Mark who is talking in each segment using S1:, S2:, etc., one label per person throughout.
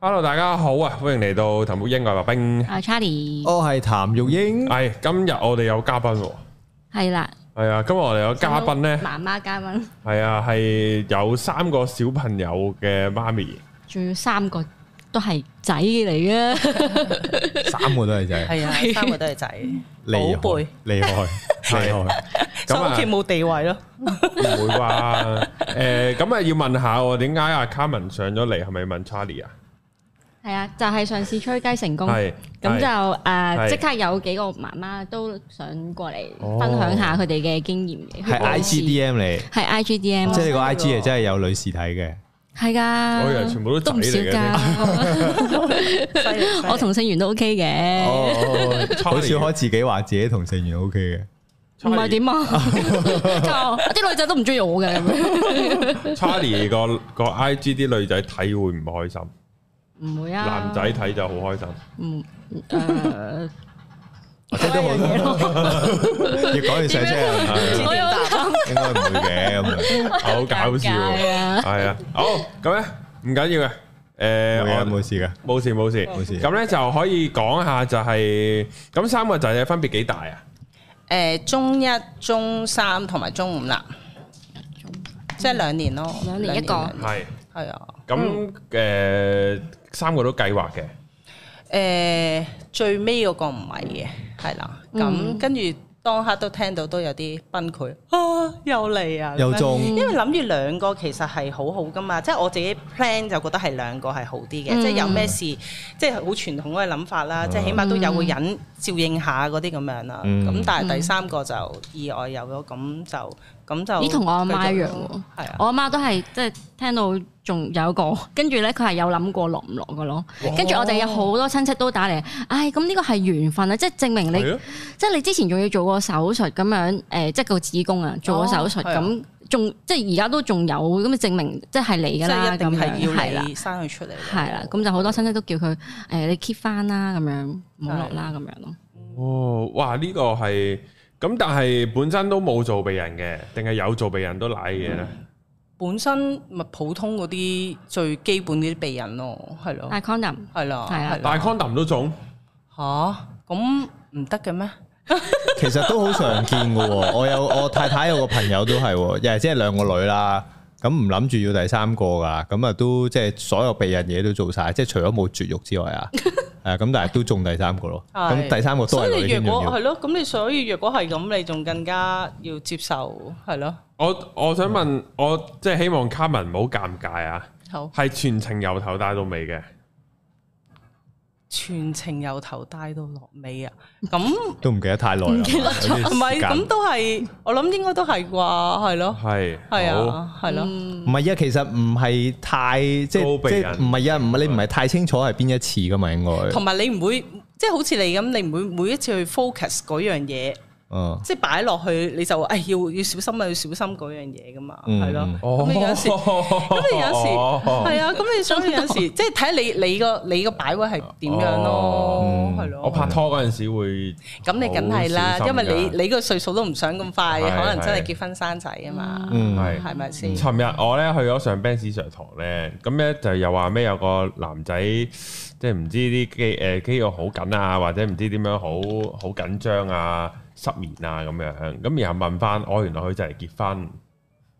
S1: Hello，大家好啊，歡迎嚟到談育鷹外白冰。
S2: 啊，Charlie，
S3: 我係譚玉英，
S1: 係今日我哋有嘉賓喎，
S2: 係啦，
S1: 係啊，今日我哋有嘉賓咧，
S2: 媽媽嘉賓，
S1: 係啊，係有三個小朋友嘅媽咪，
S2: 仲要三個都係仔嚟嘅，
S3: 三個都係仔，
S4: 係啊，三個都係仔，
S3: 厲
S4: 寶貝
S3: 害，厲 害，厲害，
S1: 咁
S4: 所以
S1: 啊
S4: 屋企冇地位咯。
S1: 唔會啩？ 誒，咁啊要問下我點解阿 Carmen 上咗嚟，係咪問 Charlie 啊？
S2: 係啊，就係上次吹雞成功，
S1: 係
S2: 咁就
S1: 係
S2: 誒即刻有幾個媽媽都想過嚟
S1: 哦
S2: 分享下佢哋嘅經驗嘅，
S3: 係 I G D M 嚟，
S2: 係 I G D
S3: 即
S2: M，
S3: 係你個 I G 係真係有女士睇嘅，
S2: 係㗎，
S1: 我以為全部都仔
S2: 唔少
S1: 嚟嘅
S2: 㗎，
S4: 犀利犀利
S2: 我同性緣都 OK 嘅，
S3: 哦，好少可自己話自己同性緣 O K 嘅，
S2: 唔 係
S1: Charlie-
S2: 點啊？就啲女仔都唔中意我嘅，咁樣
S1: Charlie 個個 IG 啲女仔睇會唔開心，
S2: 唔會啊，
S1: 男仔睇就好開 心。
S2: 唔誒。
S3: 即係都好要講完上車，
S1: 係啊
S2: 我有
S3: 應該唔會嘅咁樣，
S1: 好搞笑
S2: 尷尬
S1: 喎
S2: 啊
S1: 係啊，好咁咧，唔緊要嘅。誒，
S3: 冇嘅
S1: 我
S3: 冇事嘅，
S1: 冇事冇事冇
S3: 事
S1: 咁咧就可以講下就係咁三個仔嘅分別幾大啊？
S4: 誒中一、中三同埋中五啦，即係兩年咯，
S2: 兩年一個
S4: 兩年
S1: 係
S4: 係啊。
S1: 咁誒，三個都計劃嘅，
S4: 誒呃最尾嗰個唔係嘅，係啦。
S2: 嗯
S4: 咁跟住當刻都聽到都有啲崩潰啊，又嚟啊，
S3: 又
S4: 咁樣
S3: 中
S4: 因為諗住兩個其實係好好噶嘛，即係我自己 plan 就覺得係兩個係好啲嘅，
S2: 嗯
S4: 即係有咩事，即係好傳統嘅諗法啦，即係起碼都有個人照應下嗰啲咁樣啦。
S3: 嗯
S4: 咁但係第三個就意外有咗，咁就咁就
S2: 咦同我阿媽
S4: 哦繼續
S2: 一樣喎
S4: 係啊，
S2: 我阿媽都係即係聽到仲有個， 跟住咧佢係有諗過落唔落嘅咯。
S4: 哦
S2: 跟住我哋有好多親戚都打嚟，唉，咁呢個係緣分啊！即係證明你
S1: 係，咯，
S2: 即係你之前仲要做過手術咁樣，誒、即係個子宮啊，做過手術
S4: 哦係啊
S2: 咁，仲、即係而家都仲有，咁證明即係你
S4: 即
S2: 㗎啦，
S4: 係
S2: 咁
S4: 一定
S2: 樣
S4: 係
S2: 係
S4: 要
S2: 啦，
S4: 你生佢出嚟咯。
S2: 係啦，咁就好多親戚都叫佢誒、你 keep 翻啦，咁樣唔好落啦，咁樣咯。
S1: 哦，哇，呢個係咁，但係本身都冇做避孕嘅，定係有做避孕都賴嘢咧？
S4: 本身咪普通嗰啲最基本嗰啲避孕咯，係咯，
S2: 但係 condom
S4: 係啦，
S2: 係啊
S4: 係啦
S1: 但係 condom 都中，
S4: 嚇咁唔得嘅咩？
S3: 其實都好常見嘅喎，我有我太太有個朋友都係喎，又係即係兩個女啦。咁唔諗住要第三個噶，咁啊都即係所有避孕嘢都做晒，即係除咗冇絕育之外 啊，係啊咁，但係都中第三個咯。咁
S4: 係
S3: 第三個哦都
S4: 所
S3: 係
S4: 以
S3: 女
S4: 你
S3: 添，
S4: 若
S3: 仲
S4: 果
S3: 要
S4: 係咯，咁你所以若果係咁，你仲更加要接受係咯。
S1: 我我想問，我即係希望 Carmen 唔好尷尬啊，
S4: 好，
S1: 係全程由頭帶到尾嘅。
S4: 全程由頭帶到落尾啊！咁
S3: 都唔記得太耐啦。有啲
S4: 唔係
S3: 時間
S4: 咁都係，我諗應該都係啩，係咯，
S1: 係
S4: 係
S1: 好
S4: 啊，係咯，
S3: 唔係啊，其實唔係太即
S1: 高
S3: 係
S1: 避
S3: 即
S1: 孕
S3: 係唔係啊，唔係你唔係太清楚係邊一次噶嘛，應該。
S4: 同埋你唔會即係好似你咁，你唔會每一次去 focus 嗰樣嘢。
S3: 嗯，
S4: 即係擺落去你就誒、哎、要要小心啊，要小心嗰樣嘢噶嘛，
S3: 嗯
S4: 係咯、
S3: 嗯
S4: 咁你有時，
S2: 哦
S4: 咁你有時
S1: 哦
S4: 係啊，咁你所以有時即係睇你你個你個擺位係點樣
S1: 哦
S4: 咯
S3: 嗯，
S4: 係咯、
S1: 我拍拖嗰陣時會，
S4: 咁你梗係啦，
S1: 好小
S4: 因
S1: 心㗎
S4: 為你你個歲數都唔想咁快，
S1: 係
S4: 可能真
S1: 係
S4: 係結婚生仔啊嘛，
S3: 嗯
S1: 係
S4: 係咪先？
S1: 尋日我咧去咗上 band Sir 堂咧，咁咧就又話咩有個男仔即係唔知啲肌誒肌肉好緊啊，或者唔知點樣好好緊張啊、失眠啊咁樣，咁然後問翻我原來佢就嚟結婚，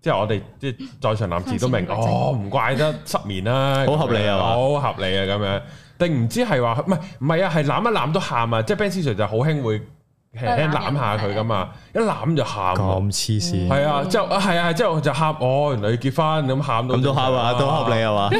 S1: 即係我哋即係在場男士都明，
S2: 生小朋友
S1: 哦唔怪得失眠啦，
S3: 好合理啊
S1: 好合理啊咁樣，定唔知係話唔係唔係啊，係攬一攬都喊啊，即係 band Sir 就好興會輕輕攬下佢噶嘛，一攬就喊喎。
S3: 咁黐線，
S1: 系啊，之後啊係啊，之後我就喊我，原來要結婚咁喊到
S3: 咁都合啊，都合理
S1: 啊，
S3: 係嘛？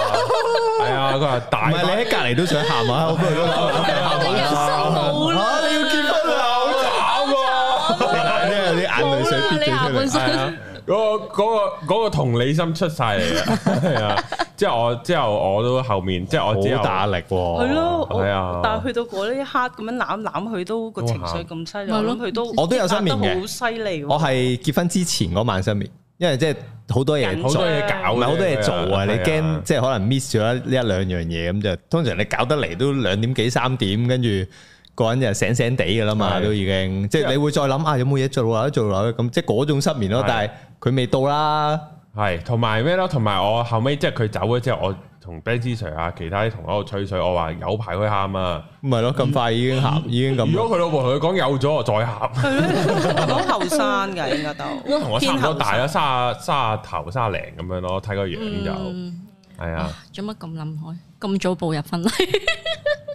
S1: 係啊，佢話大
S3: 唔係你喺隔離都想 喊啊，我不如 都
S2: 我哋人生冇啦，
S3: 啊！你要結婚啦，好慘啊！真係有啲眼淚水
S2: 冇啦你
S3: 逼
S2: 下
S3: 咗出
S2: 半
S3: 嚟。
S1: 係
S2: 身
S1: 啊，嗰個嗰個嗰個同理心出晒嚟啊，係啊，之後我之後我都後面，即係我之
S3: 好
S1: 後
S3: 打力喎，
S4: 係咯，我
S1: 係啊
S4: 但係去到嗰一刻咁樣攬攬佢都個情緒咁犀利，
S2: 咪
S4: 我
S2: 哦咯
S4: 諗佢都
S3: 我都有失眠嘅
S4: 壓得好犀利喎，
S3: 我係結婚之前嗰晚失眠，因為即係好多嘢
S1: 好
S3: 做
S1: 多，嘢搞，
S3: 唔係好多嘢做啊！你
S1: 係
S3: 驚即係可能 miss 咗一一兩樣嘢咁就，通常你搞得嚟都兩點幾三點，跟住個人就醒醒地㗎啦嘛，
S1: 係
S3: 都已經即係你會再諗啊，有冇嘢做啊？做落去咁，即係嗰種失眠咯
S1: 係。
S3: 但係佢未到啦，
S1: 係同埋咩咯？同埋我後尾即係佢走咗之後，我同 Ben Sir 啊，其他啲同學喺度吹水，我話有排佢喊啊！
S3: 唔係咯，咁快已經喊，已經咁
S1: 如
S3: 咯。
S1: 果佢老婆同佢講有咗，我再喊。
S4: 好後生㗎，應該都
S1: 因為同我差唔多大
S4: 偏
S1: 啦，卅卅頭卅零咁樣咯，睇個樣就
S2: 嗯，
S1: 係啊。
S2: 做乜咁諗開？咁早步入婚禮，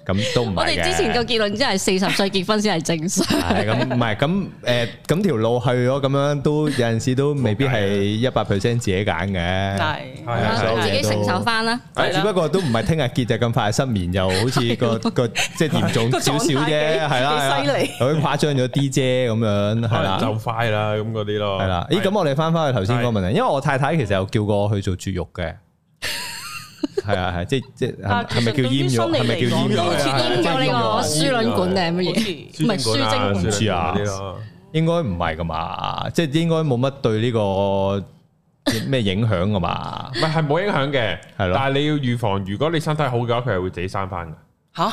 S3: 咁都唔係
S2: 我哋之前個
S3: 嘅
S2: 結論真係四十歲結婚先係正常。
S3: 係咁，唔係咁誒，咁條路去咗咁樣，都有陣時都 未必係一百 percent 自己揀嘅。
S4: 係
S1: 係啊
S3: 所有
S2: 自
S3: 嘢
S2: 己
S3: 都
S2: 承受翻啦。
S4: 係
S3: 只
S4: 啦
S3: 不過都唔係聽日結就咁快失眠，又好似 個個即係嚴重少少
S4: 個狀態
S3: 啫，
S4: 幾
S3: 係啦，係啦
S4: 幾犀利
S3: 有啲誇張咗啲啫咁樣，係
S1: 可
S3: 啦
S1: 能。就快啦，咁嗰啲咯。
S3: 系啦，咦？咁我哋翻翻去頭先嗰個問題，因為我太太其實有叫過我去做絕育 嘅，係啊係，即即係
S4: 啊
S3: 係咪叫
S4: 其
S3: 閹
S4: 實
S3: 咗？
S4: 對於
S3: 係咪叫
S4: 生
S1: 講
S3: 閹
S4: 理嚟
S3: 咗
S1: 好
S3: 啊？
S1: 似
S2: 閹咗呢個輸卵管定係乜
S4: 好
S2: 嘢？
S4: 似
S2: 唔係
S1: 輸精管啊
S2: 輸精
S3: 管唔知啊
S1: 輸精管嗰啲咯
S3: 應該唔係噶嘛，即係應該冇乜對呢個咩影響噶嘛
S1: 唔。係係冇影響嘅，
S3: 係咯
S1: 但係你要預防，如果你身體好嘅話，佢係會自己生翻嘅。
S4: 吓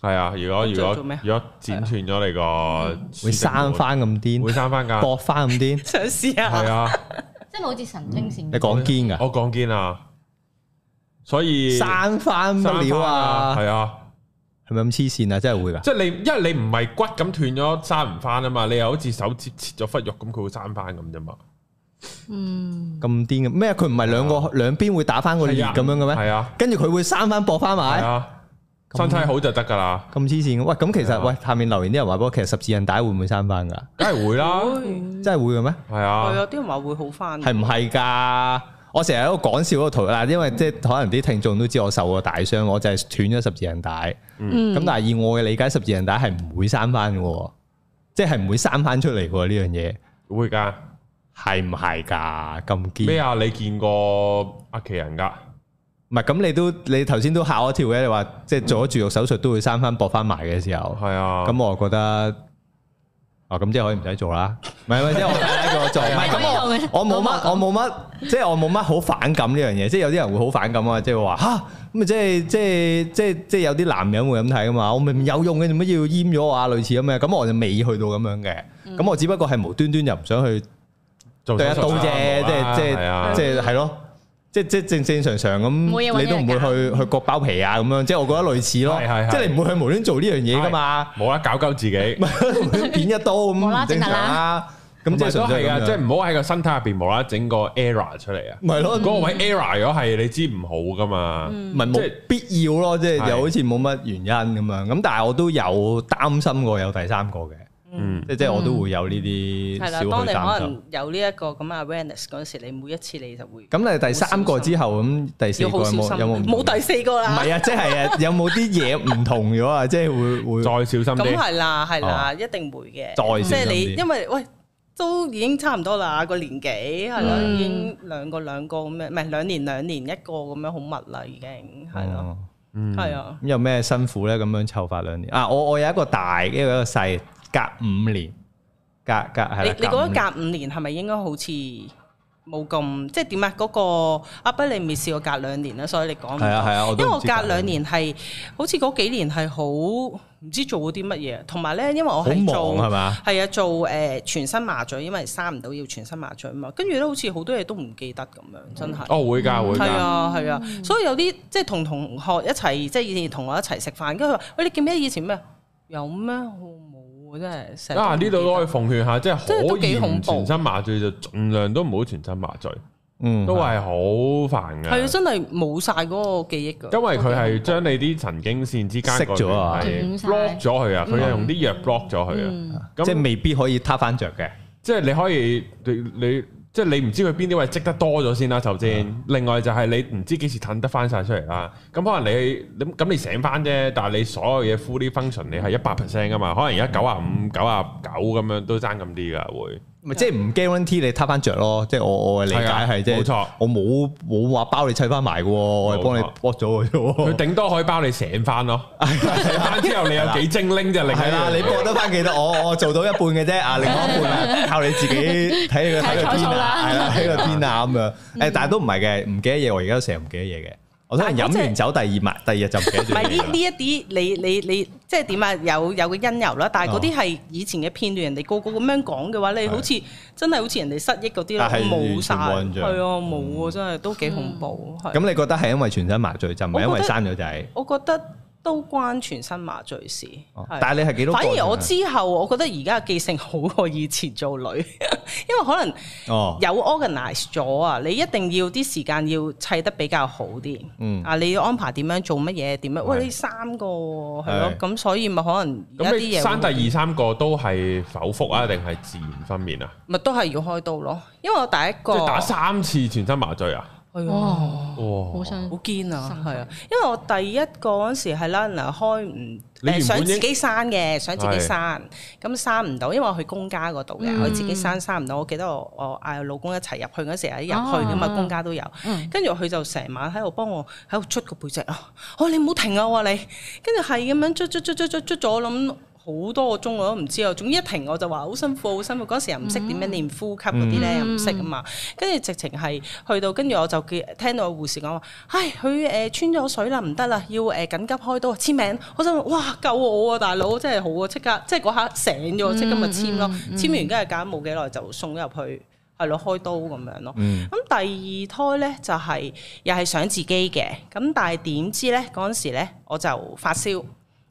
S1: 係啊，如果
S4: 咁
S1: 如
S4: 做
S1: 果
S4: 做咩啊
S1: 如果剪斷咗你個
S3: 啊會
S1: 輸精
S3: 生
S1: 管，
S3: 翻咁
S1: 會
S3: 癲，
S1: 生翻 㗎。
S3: 搏翻咁癲，
S4: 想試下
S1: 係 啊，
S2: 即係好似神經線
S3: 你講堅噶，
S1: 我講堅啊，所以
S3: 生翻乜料啊？
S1: 係啊。
S3: 係咪咁黐線啊？真係會噶，
S1: 即係你，因為你唔係骨咁斷咗生唔翻啊嘛，你又好似手指切咗忽肉咁，佢會生翻咁啫嘛。
S2: 嗯，
S3: 咁癲嘅咩？啊佢唔係兩個兩邊會打翻個裂咁樣嘅咩？
S1: 啊係啊，
S3: 跟住佢會生翻搏翻
S1: 係
S3: 埋，
S1: 啊，
S3: 咁
S1: 身體好就得噶啦，
S3: 咁黐線嘅。喂，咁其
S1: 係
S3: 實
S1: 啊
S3: 喂，下面留言啲人話俾我，其實十字韌帶會唔會生翻噶？
S1: 梗係會 啦，
S4: 係
S3: 真係會嘅咩？
S1: 係啊，
S4: 有啲人話會好翻，
S3: 係唔係㗎？我成日喺度講笑嗰個圖嗱，因為即係可能啲聽眾都知我受過大傷，我就係斷咗十字韌帶。咁、
S2: 嗯
S3: 但係以我嘅理解，十字韌帶係唔會生翻嘅喎，即係唔會生翻出嚟喎呢樣嘢，
S1: 會㗎。
S3: 嗯係唔係㗎？咁
S1: 咩
S3: 堅？
S1: 啊？你見過阿奇人㗎？
S3: 唔係咁你都你頭先都嚇我一跳嘅，你話即係做咗絕育手術都會生翻搏翻埋嘅時候，
S1: 係啊，
S3: 咁我覺得。哦，咁即係可以唔使做啦，唔係唔係，即係我睇一個做，唔係咁我
S2: 咁
S3: 我冇乜，我冇乜，即係我冇乜好反感呢樣嘢，即係有啲人會好反感啊，即係話吓，咁啊，即係即係即係即係有啲男人會咁睇噶嘛，我明明有用嘅，做乜要閹咗我啊？類似咁嘅，咁我就未去到咁樣嘅，
S2: 嗯
S3: 咁我只不過係無端端又唔想去
S1: 做
S3: 對一
S1: 手術
S3: 刀啫，
S1: 啦
S3: 即係即
S1: 係
S3: 係
S1: 啊
S3: 即係係咯。即即正正常常咁，
S2: 冇嘢搵
S3: 你都唔
S2: 人
S3: 會去去割包皮啊咁樣，即係我覺得類似咯
S1: 係係，係
S3: 即係你唔會去無端做呢樣嘢噶嘛，
S1: 冇得搞鳩自己，
S3: 無端 片一刀
S2: 無啦
S3: 咁
S2: 啦
S3: 唔正常啦，咁即係
S1: 都
S3: 純粹
S1: 係
S3: 咁
S1: 啊，
S3: 樣
S1: 即係唔好喺個身體入邊無啦啦整個 error 出嚟啊！
S3: 咪係咯
S1: 嗰個位 error 咗係你知唔好噶嘛？
S3: 唔係冇必要咯，即係
S1: 係
S3: 又好似冇乜原因咁樣。咁但係我都有擔心過有第三個嘅，
S1: 嗯，
S3: 即係即係我都會有呢啲
S4: 係
S3: 少
S4: 啦。
S3: 許
S4: 當你
S3: 擔
S4: 可
S3: 心。
S4: 能有呢一個咁嘅 awareness 嗰陣時，你每一次你就會
S3: 咁你第三個之後，咁第四
S4: 要
S3: 個
S4: 好
S3: 有
S4: 小
S3: 冇
S4: 心，
S3: 有冇唔同
S4: 冇第四個
S3: 唔
S4: 啦。
S3: 係啊，即 係啊，有冇啲嘢唔同咗啊？即係會會
S1: 嗯再小心
S4: 咁
S1: 啲，
S4: 係啦，係
S3: 哦
S4: 啦，一定會嘅。
S3: 再小
S4: 即
S3: 心
S4: 係你，
S3: 啲。
S4: 因為喂都已經差唔多啦，個年紀係啦，
S2: 嗯
S4: 已經兩個兩個咁樣，唔係兩年兩年一個咁樣，好密啦已經係咯，
S3: 哦
S1: 嗯
S4: 係啊，
S3: 咁有咩辛苦咧？咁樣湊法兩年啊！我我有一個大，一個一個細，隔五年，隔隔係啦
S4: 你你覺
S3: 隔五
S4: 得
S3: 年
S4: 隔五年係咪應該好似冇咁即係點啊？嗰個阿不你未試過隔兩年啦，所以你講唔
S3: 係啊係
S4: 到。
S3: 啊，我
S4: 因
S3: 都
S4: 為
S3: 唔
S4: 我
S3: 知
S4: 隔兩年係好似嗰幾年係好唔知做咗啲乜嘢，同埋咧，因為我
S3: 好
S4: 係做
S3: 忙係嘛？
S4: 係啊，做誒、呃全身麻醉，因為生唔到要全身麻醉啊嘛。跟住咧，好似好多嘢都唔記得咁樣，真係。
S1: 哦會
S3: 嗯
S1: 㗎會
S4: 係
S1: 㗎，
S4: 啊，係啊，所以有啲即係同同學一齊，即係以前同我一齊食飯，跟住佢話：喂，你記唔記得以前咩？有咩？我冇啊，真係成日都
S1: 啊
S4: 唔記
S1: 呢
S4: 得
S1: 度都可以奉勸下，即
S4: 真係
S1: 係
S4: 都
S1: 可以
S4: 幾恐
S1: 唔
S4: 怖
S1: 全身麻醉就盡量都唔好全身麻醉，
S3: 嗯
S1: 都係好煩
S4: 係啊，
S1: 㗎。
S4: 真係冇晒嗰個記憶㗎。
S1: 因為佢係將你啲神經線之間
S3: 熄咗啊
S1: 係
S2: 斷晒
S1: block 咗佢啊，
S4: 嗯
S1: 佢係用啲藥 block 咗佢
S2: 嗯
S1: 啊。
S3: 即係
S1: 咁
S3: 未必可以攤翻着嘅。
S1: 即係你可以你你即係你唔知佢邊啲位積得多咗先啦，首
S3: 嗯
S1: 先。另外就係你唔知幾時褪得翻晒出嚟啦。咁可能你咁咁你醒翻啫，但係你所有嘢 fully function 你係一百 percent 噶嘛？可能而家九啊五、九啊九咁樣都爭咁啲㗎會。
S3: 咪即係唔 guarantee 你攤翻着咯，即係我我嘅理解係即係
S1: 啊冇錯
S3: 我冇冇話包你砌翻埋嘅喎，我係幫你
S1: 冇錯
S3: 剝咗嘅啫
S1: 佢
S3: 喎。
S1: 頂多可以包你醒翻 咯，醒翻之後你有幾精靈就另一
S3: 係啦，
S1: 樣
S3: 你
S1: 嘢
S3: 搏得翻幾多？我我做到一半嘅啫，啊，另外一半啊，靠你自己睇你個
S2: 睇
S3: 睇個
S2: 彩
S3: 天
S2: 數
S3: 啊，
S2: 啦
S3: 係啦，睇個天啊咁樣。誒，但係都唔係嘅，唔記得嘢，我而家都成日唔記得嘢嘅。我通常
S4: 但係嗰
S3: 飲
S4: 隻
S3: 完酒第二晚，第二日就唔記得
S4: 唔
S3: 咗
S4: 係
S3: 嘢
S4: 呢
S3: 㗎啦
S4: 呢。一啲，你你你即係點啊？有有個因由啦，但係
S3: 哦
S4: 嗰啲係以前嘅片段，人哋個個咁樣講嘅話，你好似真係好似人哋失憶嗰啲啦，
S3: 但係
S4: 冇晒，
S3: 完全冇印象嗯
S4: 係啊冇啊，真係都幾恐怖。係
S3: 咁你覺得係因為全身麻醉就唔係因為生咗仔？
S4: 我覺得都關全身麻醉事，
S3: 哦
S4: 係
S3: 但係你係幾多個
S4: 反
S3: 人啊？
S4: 而我之後，我覺得而家嘅記性好過以前做女， 因為可能
S3: 哦，
S4: 有 organize 咗啊，你一定要啲時間要砌得比較好啲。
S3: 嗯
S4: 啊，你要安排點樣做乜嘢點樣？
S3: 係
S4: 喂，呢三個喎係咯
S3: 係，
S4: 咁所以咪可能而家
S1: 咁
S4: 啲
S1: 你
S4: 嘢
S1: 生第
S4: 會
S1: 二三個都係剖腹啊，定係自然分娩啊？
S4: 咪都係要開刀咯，因為我第一
S1: 即
S4: 個
S1: 係打三次全身麻醉啊？
S4: 係啊
S2: 哇，好
S1: 哇！
S2: 想
S4: 好堅啊
S2: 生，
S4: 係啊，因為我第一個嗰陣時係啦，嗱開唔
S1: 你原本
S4: 誒想
S1: 已
S4: 自
S1: 經
S4: 己生嘅，想自己
S1: 係
S4: 生，咁生唔到，因為我去公家嗰度嘅，
S2: 嗯
S4: 我自己生生唔到。我記得我我嗌我老公一齊入去嗰陣時，一入去咁啊
S2: 哦，
S4: 公家都有
S2: 嗯，
S4: 跟住佢就成晚喺度幫我喺度捽個背脊啊，哦你唔好停啊我話你，跟住係咁樣捽捽捽捽捽捽咗諗。好多個鐘我都唔知啊，總之一停我就話好辛苦，好辛苦。嗰時又唔識點樣練呼吸嗰啲咧，又唔識啊嘛。跟住直情係去到，跟住我就叫聽到個護士講話，唉，佢誒、呃穿咗水啦，唔得啦，要誒、呃、緊急開刀簽名。我心諗哇，救我啊，大佬真係好啊，即刻即係嗰刻醒咗，即刻咪簽咯。簽完跟住隔冇幾耐就送咗入去，係咯開刀咁樣咯。
S3: 嗯，
S4: 咁第二胎咧就係、又係想自己嘅，咁但係點知咧嗰陣時咧我就發燒，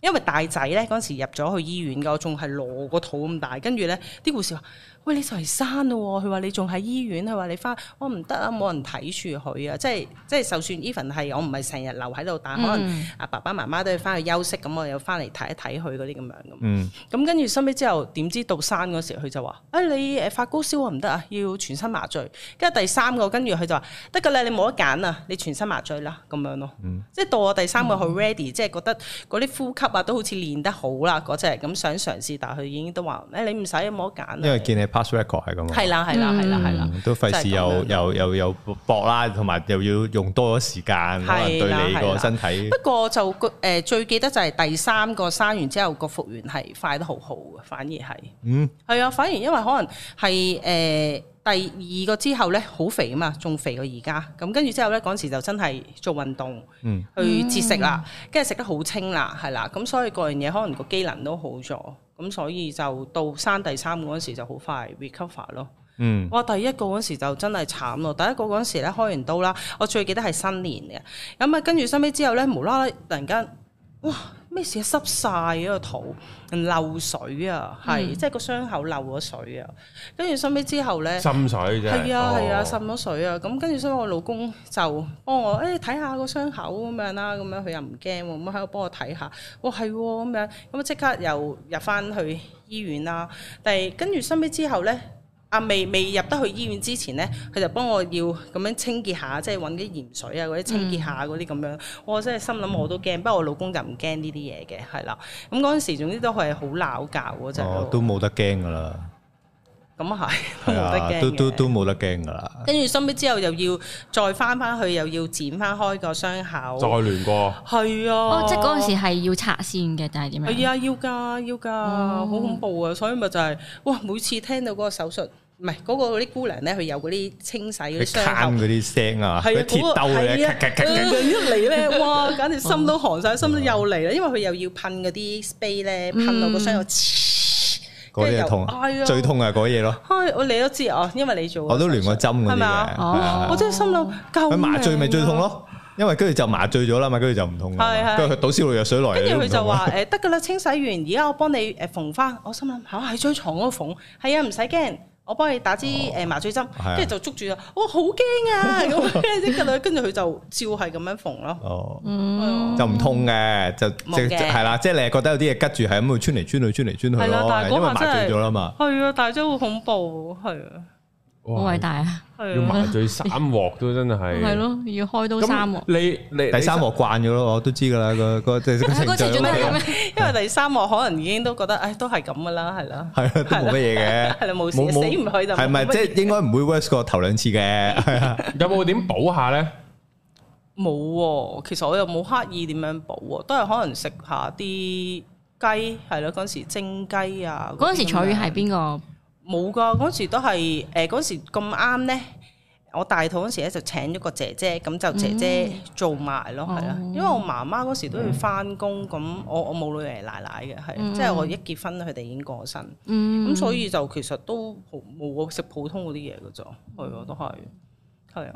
S4: 因為大仔咧嗰陣時入咗去醫院嘅，我仲係攞個肚咁大，跟住咧啲護士話：喂，你就嚟生咯喎！佢話你仲喺醫院，佢話你翻，我唔得啊，冇人睇住佢啊，即係即係就算 even 係我唔係成日留喺度，但係可
S3: 嗯
S4: 能啊爸爸媽媽都要翻去休息，咁我又翻嚟睇一睇佢嗰啲咁樣咁。
S3: 嗯，
S4: 咁跟住收尾之後，點知到山嗰時，佢就話：啊、你誒發高燒啊，唔得啊，要全身麻醉。跟住第三個，跟住佢就話：得㗎啦，你冇得揀啊，你全身麻醉啦，咁樣咯。
S3: 嗯
S4: 即係到我第三個，佢 ready，、即係覺得嗰啲呼吸啊都好似練得好啦，嗰只咁想嘗試，但係佢已經都話：誒、你唔使冇得揀啊。
S3: 因為見你 pass record 係咁啊。
S4: 係啦，係啦，係啦，係啦
S3: 嗯，都費事
S4: 就係咁樣
S3: 又
S4: 咯
S3: 又又又搏啦，同埋又要用多咗時間，可能對你個身體
S4: 不過就個誒、最記得就係第三個生完之後個復原係快得好好嘅，反而係
S3: 嗯
S4: 係啊，反而因為可能係誒、第二個之後咧好肥啊嘛，仲肥過而家咁，跟住之後咧嗰陣時就真係做運動
S3: 嗯
S4: 去節食啦，跟住食得好清啦，係啦，咁所以嗰樣嘢可能個機能都好咗，咁所以就到生第三個嗰陣時就好快 recover 咯。
S3: 嗯
S4: 哇！第一個嗰時就真係慘咯，第一個嗰時咧開完刀啦，我最記得係新年嘅，咁啊跟住收尾之後咧，無啦啦突然間，哇咩事啊濕晒嗰個肚，漏水啊，係、即係個傷口漏咗水啊，跟住收尾之後咧。
S1: 心水啫，
S4: 係啊係啊，
S1: 哦
S4: 滲咗水啊！咁跟住所以我老公就幫我誒睇下個傷口咁樣啦，咁樣佢又唔驚喎，咁喺度幫我睇下。哇係喎咁樣，咁啊即刻又入翻去醫院啦。但係跟住收尾之後咧，啊未未入得去醫院之前咧，佢就幫我要咁樣清潔下，即係揾啲鹽水啊嗰啲清潔下嗰啲咁樣。我真係心諗我都驚，不過我老公就唔驚呢啲嘢嘅，係啦。咁嗰陣時總之都係好鬧交嗰陣
S3: 哦
S4: 咯，
S3: 都冇得驚噶啦，
S4: 咁啊係，都
S3: 係啊，都
S4: 冇得驚
S3: 都
S4: 嘅
S3: 都冇得驚噶啦，
S4: 跟住收尾之後又要再翻翻去，又要剪翻開個傷
S1: 再
S4: 口。
S1: 亂過。
S4: 係啊，
S2: 哦，即係嗰陣時係要拆線嘅，但係點樣？
S4: 係啊，要㗎要㗎，
S2: 哦
S4: 好恐怖啊！所以咪就係、哇，每次聽到嗰個手術，唔係嗰個嗰啲姑娘咧，佢有嗰啲清洗嗰
S3: 你
S4: 啲
S3: 攤
S4: 傷口。
S3: 嗰啲聲啊，
S4: 係
S3: 嗰
S4: 啊，
S3: 啲鐵兜
S4: 嗰個係
S3: 咧，
S4: 啊
S3: 咔咔咔咔
S4: 呃一嚟咧，哇，簡直心都寒晒，心都又嚟啦，因為佢又要噴嗰啲 spray 咧，噴
S2: 嗯
S4: 到個傷口，嘶
S3: 嗰啲就痛啊
S4: 跟住又哎，呀
S3: 最痛係嗰嘢咯，
S4: 唉，我你都知哦，因為你做，
S3: 我都連過針嗰啲
S4: 係
S3: 嘅
S4: 咪啊
S3: 係啊，
S4: 我真係心諗，救
S3: 佢麻醉咪最
S4: 命啊
S3: 痛咯，因為跟住就麻醉咗啦嘛，跟住就唔痛啦
S4: 係
S3: 嘛，
S4: 係
S3: 跟住佢倒消毒藥水來，
S4: 跟住佢
S3: 你都
S4: 就
S3: 唔痛啊
S4: 話
S3: 啦
S4: 誒得㗎啦，清洗完，而家我幫你誒縫翻。我心諗嚇喺張床嗰度縫，係啊，唔使驚。我幫你打支誒麻醉針
S3: 係啊，
S4: 跟住就捉住啦。我好驚啊！咁跟住即刻跟住佢就照係咁樣縫咯。
S3: 哦。
S4: 嗯
S3: 就唔痛嘅，就
S4: 冇
S3: 即
S4: 嘅
S3: 係啦，即係你係覺得有啲嘢吉住，係咁會穿嚟穿去，穿嚟穿去
S4: 係啦
S3: 咯，
S4: 但係嗰下
S3: 因為麻醉
S4: 真係
S3: 咗啦嘛。
S4: 係啊，但係真係好恐怖，係啊，
S2: 好偉大啊！
S1: 要
S4: 係啊。
S1: 麻醉三鑊都 真係。
S2: 係。咯，要開刀三喎
S1: 咁。你你
S3: 第三幕慣咗咯，我都知噶啦，個個即係個
S2: 啊嗰
S3: 程
S2: 程
S3: 序
S2: 序都係
S3: 係
S2: 咁樣，
S4: 因為第三幕可能已經都覺得，唉，都係咁㗎啦，係啦。
S3: 啊，都冇乜嘢嘅，
S4: 係啦冇事死唔去就冇
S3: 係咪？
S4: 乜嘢
S3: 即係應該唔會 worse 過頭兩次嘅，係啊
S1: 有冇點補下咧？
S4: 冇喎，其實我又冇刻意點樣補喎，都係可能食下啲雞，係咯，嗰陣時蒸雞啊。
S2: 嗰陣時取
S4: 啲咁樣
S2: 係邊個？
S4: 冇噶，嗰時都係誒嗰時咁啱咧，我大肚嗰時咧就請咗個姐姐，咁就姐姐做埋咯，係啦、
S2: 嗯哦
S4: 因為我媽媽嗰時都要翻工，咁我我冇女嚟奶奶嘅，係、啊即係我一結婚佢哋已經過身，咁、
S2: 嗯，
S4: 所以就其實都好冇我食普通嗰啲嘢嘅咋，係啊，都係，係啊，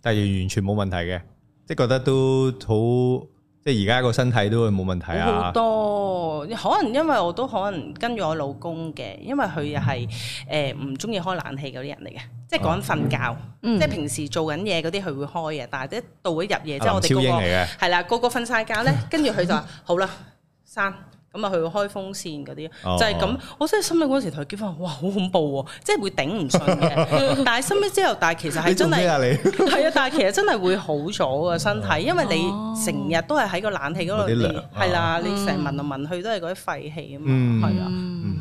S3: 但係完全冇問題嘅，即係覺得都好，即係而家個身體都會冇問題
S4: 好
S3: 啊。
S4: 多，可能因為我都可能跟住我老公嘅，因為佢又係
S3: 嗯
S4: 誒唔中意開冷氣嗰啲人嚟嘅，即係講瞓
S3: 哦
S4: 覺，
S2: 嗯
S4: 即係平時做緊嘢嗰啲佢會開嘅，但係一到咗入夜，即係
S3: 阿
S4: 我
S3: 林啊
S4: 哋
S3: 超
S4: 個
S3: 英
S4: 個
S3: 嚟嘅，
S4: 係啦，個個瞓晒覺咧，跟住佢就話好啦，閂。咁啊，佢會開風扇嗰啲，
S3: 哦
S4: 就係咁。我真係心諗嗰陣時同佢結婚，哇，好恐怖喎！即係會頂唔順 嘅。但係收尾之後，但係其實係
S3: 你做
S4: 真係
S3: 咩啊你？
S4: 係啊，但係其實真係會好咗啊身體，因為你
S2: 哦嗯
S4: 成日都係喺個冷氣嗰
S3: 嗰
S4: 度，
S3: 啲
S4: 你
S3: 涼啊
S4: 係啦，你成日聞嚟聞去都係嗰啲廢氣啊
S3: 嗯
S4: 嘛，係啊，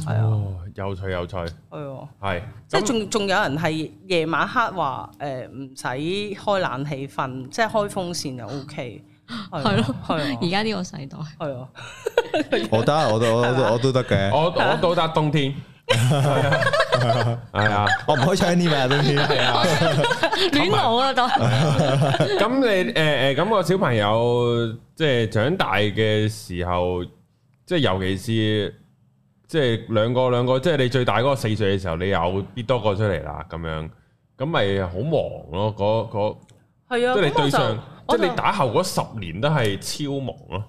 S4: 係啊，
S1: 哦，有趣有趣，
S4: 係啊，
S1: 係
S4: 即係
S1: 咁
S4: 仲仲有人係夜晚黑話誒唔使開冷氣瞓，即係開風扇就 O K，
S2: 係咯而
S4: 係啊，
S2: 家呢個世代，
S4: 係啊，
S3: 我得，我都我都我都得嘅，
S1: 我我到達 冬天，係啊，
S3: 我唔開窗添啊，冬天
S1: 係啊。
S2: 暖爐啊都，
S1: 咁你誒誒咁個小朋友即係長大嘅時候，即係尤其是即係兩個兩個，即係你最大嗰個四歲嘅時候，你有必多個出嚟啦，咁樣咁咪好忙咯，嗰嗰
S4: 係啊，
S1: 即係你
S4: 咁我
S1: 對
S4: 就
S1: 上，即
S4: 我
S1: 係
S4: 就
S1: 你打後嗰十年都係超忙咯。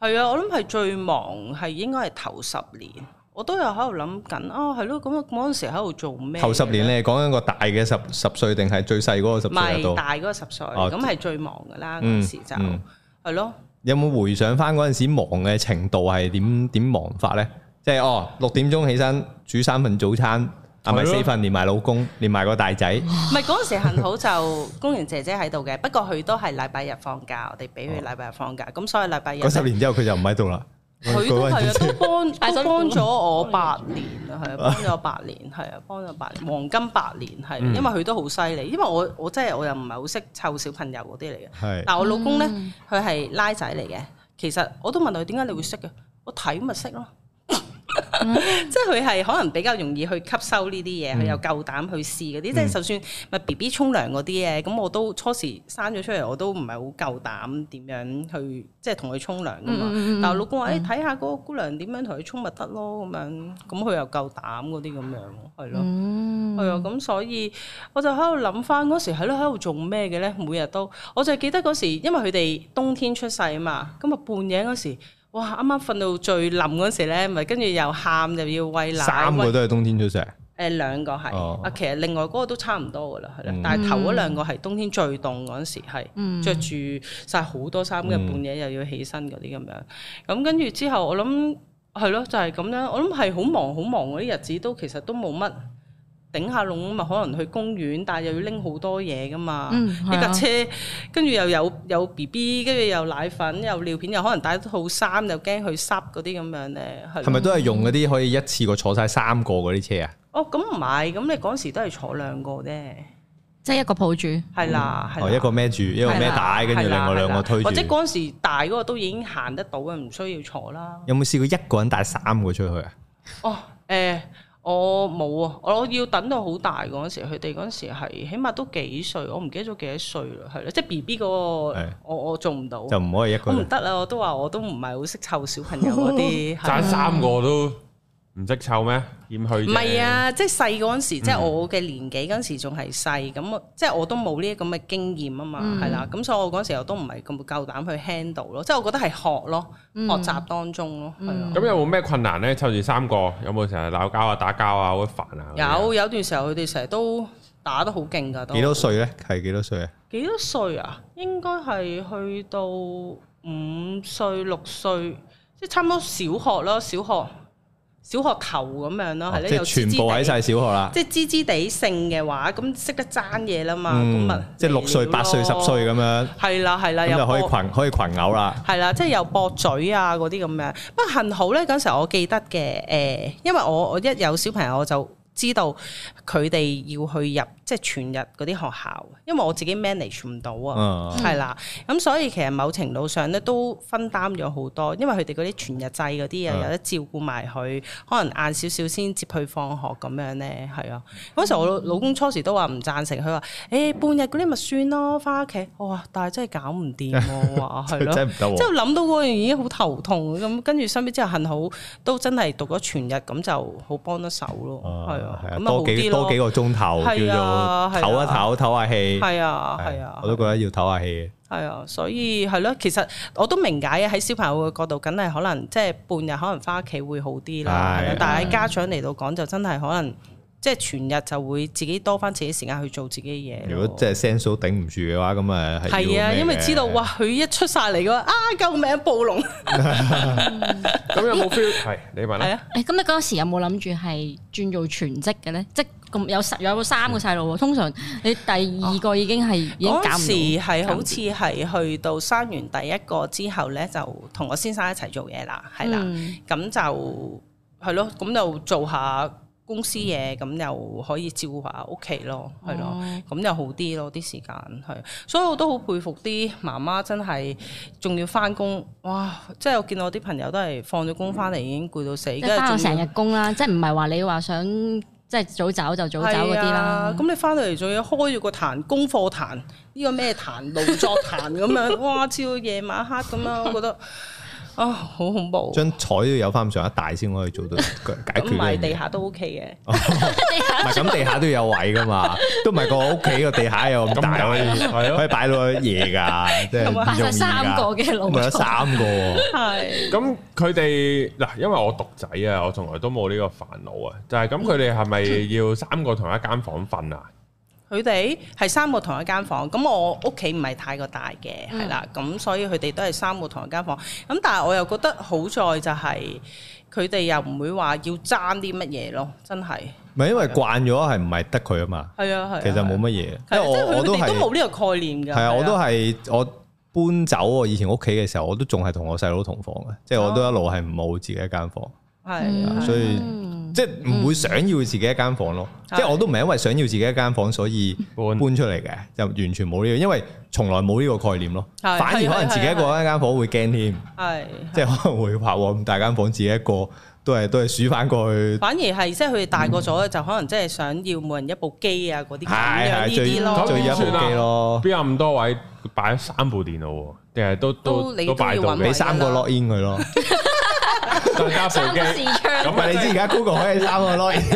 S4: 係啊，我諗係最忙係應該係頭十年，我都有喺度諗緊啊，係咯，咁我嗰陣時喺度做咩？
S3: 頭十年你係講緊個大嘅十十歲定係最細嗰個十
S4: 唔
S3: 歲啊
S4: 係
S3: 入到？
S4: 大嗰個十歲，
S3: 哦
S4: 咁係最忙噶啦嗰
S3: 嗯
S4: 陣時就
S3: 嗯
S4: 係咯，
S3: 有冇回想翻嗰陣時忙嘅程度係點點忙法咧？即係哦，六點鐘起身煮三份早餐，啊咪
S1: 係咯
S3: 四份連埋老公，連埋個大仔，
S4: 唔係啊嗰陣時幸 好就工人姐姐喺度嘅，不過佢都係禮拜日放假，我哋俾佢禮拜日放假，咁所以禮拜日
S3: 哦嗰十年之後佢就唔喺度啦。
S4: 佢都係啊，都幫
S2: 大
S4: 都
S2: 辛苦
S4: 幫咗我八年啊，係啊，幫咗我八年，係啊，幫咗我八年，黃金八年係，啊
S3: 嗯
S4: 因為佢都好犀利，因為我我真係我又唔係好識湊小朋友嗰啲嚟嘅。
S3: 係
S4: 但我老公咧，佢係拉仔嚟嘅。其實我都問佢點解你會識嘅，我睇咪識咯。 即係佢係可能比較容易去吸收呢啲嘢，佢又夠膽去試嗰啲，即係就算咪 B B 沖涼嗰啲咧，咁我都初時生咗出嚟，我都唔係好夠膽點樣去即係同佢沖涼噶嘛。
S2: 嗯嗯嗯
S4: 但我老公話：，誒哎睇下嗰個姑娘點樣同佢沖咪得咯，咁樣咁佢又夠膽嗰啲咁樣，係咯。
S2: 嗯
S4: 係啊，咁所以我就喺度諗翻嗰時係咯，喺度做咩嘅咧？每日都，我就係記得嗰時，因為佢哋冬天出世啊嘛，咁啊半夜嗰時，哇！啱啱瞓到最冧嗰時咧，咪跟住又喊又要喂奶，
S3: 三個
S4: 喂
S3: 都係冬天出世，
S4: 誒兩個係
S3: 哦
S4: 啊，其實另外嗰個都差唔多噶啦，係啦
S3: 嗯，
S4: 但係頭嗰兩個係冬天最凍嗰陣時
S2: 嗯
S4: 係着住晒好多衫嘅，
S3: 嗯
S4: 半夜又要起身嗰啲咁樣，咁跟住之後我諗係咯，就係咁樣，我諗係好忙好忙嗰啲日子都其實都冇乜。頂下籠咪可能去公園，但係又要拎好多嘢噶嘛，
S2: 嗯
S4: 一
S2: 係啊
S4: 架車跟住又有有 B B，跟住又奶粉，又尿片，又可能帶套衫，又驚佢濕嗰啲咁樣咧，係咯
S3: 係咪都係用嗰啲可以一次過坐晒三個嗰啲車啊？
S4: 哦，咁唔係，咁你嗰時都係坐兩個啫，
S2: 即係一個抱住，
S4: 係啦，係啦
S3: 哦，一個孭住，一個孭帶，跟住
S4: 係啦
S3: 另外兩個推
S4: 係啦或者
S3: 住。
S4: 嗰陣時大嗰個都已經行得到嘅，唔需要坐啦。
S3: 有冇試過一個人帶三個出去啊？
S4: 哦，誒、我冇啊，我要等到好大嗰陣時，佢哋嗰陣時係起碼都幾歲，我唔記得咗幾多歲啦，係啦，即係 B B 嗰個，
S3: 係
S4: 我我做唔到，
S3: 就唔可以一個
S4: 我唔
S3: 人。
S4: 得啦，我都話我都唔係好識湊小朋友嗰啲，係
S1: 爭三個都唔識湊咩？嫌佢
S4: 唔係，啊，即係細嗰陣
S3: 嗯
S4: 時，即係我嘅年紀嗰陣時仲係細，咁我即係我都冇呢啲咁嘅經驗啊嘛，係啦，咁所以我嗰陣時我都唔係咁夠膽去 handle 咯，即係我覺得係學咯，學習當中咯，係啊。
S1: 咁有冇咩困難咧？湊住三個有冇成日鬧交啊、打交啊、好煩啊？嗰啲啊
S4: 有有段時候佢哋成日都打得好勁㗎，都
S3: 幾多歲咧？係幾多歲啊？
S4: 幾多歲啊？應該係去到五歲六歲，即係差唔多小學啦，小學小學頭咁樣啊啦，係
S3: 哦
S4: 咧
S3: 即
S4: 有
S3: 係
S4: 知
S3: 全
S4: 知
S3: 部
S4: 地
S3: 喺晒小學啦。
S4: 即係知知地性嘅話，咁識得爭嘢啦嘛，啊咁咪、
S3: 嗯，即係六歲、八歲、十歲咁
S4: 樣。
S3: 樣，
S4: 係啦係啦，
S3: 咁就
S4: 又
S3: 可以
S4: 搏
S3: 群可以群偶啦。
S4: 係啦，即係又駁嘴啊嗰啲咁樣。不過幸好咧，嗰陣時我記得嘅誒、因為我我一有小朋友我就知道佢哋要去入即係全日嗰啲學校，因為我自己 manage 唔到啊
S3: 嗯，
S4: 係啦、咁所以其實某程度上咧都分擔咗好多，因為佢哋嗰啲全日制嗰啲啊，
S3: 嗯
S4: 有得照顧埋佢，可能晏少少先接佢放學咁樣咧，係啊。嗰時候我
S3: 嗯
S4: 老老公初時都話唔贊成，佢話：誒半日嗰啲咪算咯，翻屋企。我話：但係真係搞唔掂喎，我話係 咯。
S3: 真係唔啊得
S4: 即
S3: 喎。
S4: 係諗到嗰樣已經好頭痛咁，跟住身邊之後幸好都真係讀咗全日，咁就好幫得手咯，係啊，
S3: 係
S4: 咁啊好
S3: 多幾
S4: 啲
S3: 多幾
S4: 咯，
S3: 個鐘頭叫
S4: 係啊
S3: 做唞一
S4: 係啊
S3: 唞，唞下氣。
S4: 係啊，係啊
S3: 我，都覺得要唞下氣嘅。
S4: 係啊，所以係咯，其實我都明解嘅，喺小朋友嘅角度，梗係可能即係半日可能翻屋企會好啲啦，
S3: 係
S4: 係啦但係喺家長嚟到講就真係可能即係全日就會自己多翻自己時間去做自己嘢咯。
S3: 如果即係 sense 到頂唔住嘅話，咁啊係
S4: 係
S3: 要
S4: 啊，
S3: 咩
S4: 因為
S3: 嘅
S4: 知道哇，佢一出晒嚟嘅話啊，救命暴龍
S1: 咁有冇 feel？係你問
S4: 係
S1: 啦，
S4: 啊，
S2: 誒咁你嗰時有冇諗住係轉做全職嘅咧？即係咁有十有三個細路喎，通常你第二個已經係已經搞唔到
S4: 嗰陣時係好似係去到生完第一個之後咧，就同我先生一齊做嘢啦，係啦，
S2: 嗯
S4: 咁、就係咯，咁就做下公司嘢，咁又可以照顧下屋企咯，係咯。
S2: 哦
S4: 咁又好啲咯，啲時間係，所以我都好佩服啲媽媽真係仲要翻工，哇！即係我見我啲朋友都係放咗工翻嚟已經攰到死，
S2: 即
S4: 跟
S2: 係翻
S4: 住
S2: 咗
S4: 仲
S2: 成
S4: 要
S2: 日工啦，即係唔係話你話想即係早走就早走嗰啲
S4: 係
S2: 啦
S4: 啊。咁你翻到嚟仲要開住個壇功課壇，呢個咩壇勞作壇咁樣，哇！照到夜晚黑咁樣，我覺得啊好恐怖。
S3: 張台都要有翻咁上下大先可以 做到解
S4: 咁
S3: 決
S4: 埋
S3: 呢樣
S4: 地
S3: 嘢。哦
S4: 下都 OK
S3: 唔係咁地下都有位噶嘛，都唔係個屋企個地下有咁
S1: 咁
S3: 大
S1: 大
S3: 可以
S1: 係咯
S3: 可。以擺到嘢㗎，即係唔
S4: 同埋
S2: 發
S3: 容
S2: 晒
S3: 易
S2: 三個
S3: 㗎。
S2: 嘅路
S3: 咪有三個喎，
S4: 嘅，係
S1: 咁佢哋嗱，因為我獨仔啊，我從來都冇呢個煩惱啊。就係咁，佢哋係
S4: 嗯
S1: 咪要三個同一間房瞓啊？
S4: 佢哋係三個同一間房，咁我屋企唔係太過大嘅，係啦，咁所以佢哋都係三個同一間房。咁但係我又覺得好在就係佢哋又唔會話要爭啲乜嘢咯，真係
S3: 唔係因為慣咗係唔係得佢啊嘛，
S4: 係啊係啊。
S3: 其實冇乜嘢，
S4: 係
S3: 因
S4: 啊，
S3: 為
S4: 即係
S3: 我我
S4: 佢
S3: 都
S4: 哋都
S3: 係
S4: 冇呢個概念㗎。
S3: 係啊，我都係我搬走我以前屋企嘅時候，我都仲係同我細佬同房嘅，即係我都一路係冇自己一間房，
S4: 係啊
S3: 所以
S2: 嗯
S3: 即係唔會想要自己一間房咯。即
S4: 係
S3: 係我都唔係因為想要自己一間房所以
S1: 搬
S3: 搬出嚟嘅，就完全冇呢個，因為從來冇呢個概念咯。
S4: 係
S3: 反而可
S4: 係
S3: 能
S4: 係
S3: 自己一個一間房會驚添。
S4: 係，啊
S3: 即係可能會拍喎，咁大間房自己一個，都係都係鼠翻過去，
S4: 反而係即係佢哋大個咗，就可能真係想要每人一部機啊嗰啲
S3: 係
S4: 咁樣呢
S3: 係最
S4: 啲咯。
S1: 咁
S3: 最一
S1: 算
S3: 部
S1: 啦
S3: 機咯，
S1: 邊有咁多位擺咗三部電腦喎？定係都
S4: 都你
S1: 都
S4: 都
S1: 擺
S4: 要
S1: 到
S4: 搵
S1: 你
S3: 俾三個 log in 佢咯。
S1: 再加部
S2: 三個視
S1: 機，
S2: 窗
S1: 咁
S3: 啊唔係
S1: 咪
S3: 你
S1: 你
S3: 知而
S1: 知
S3: 家 Google 可以三個 log in，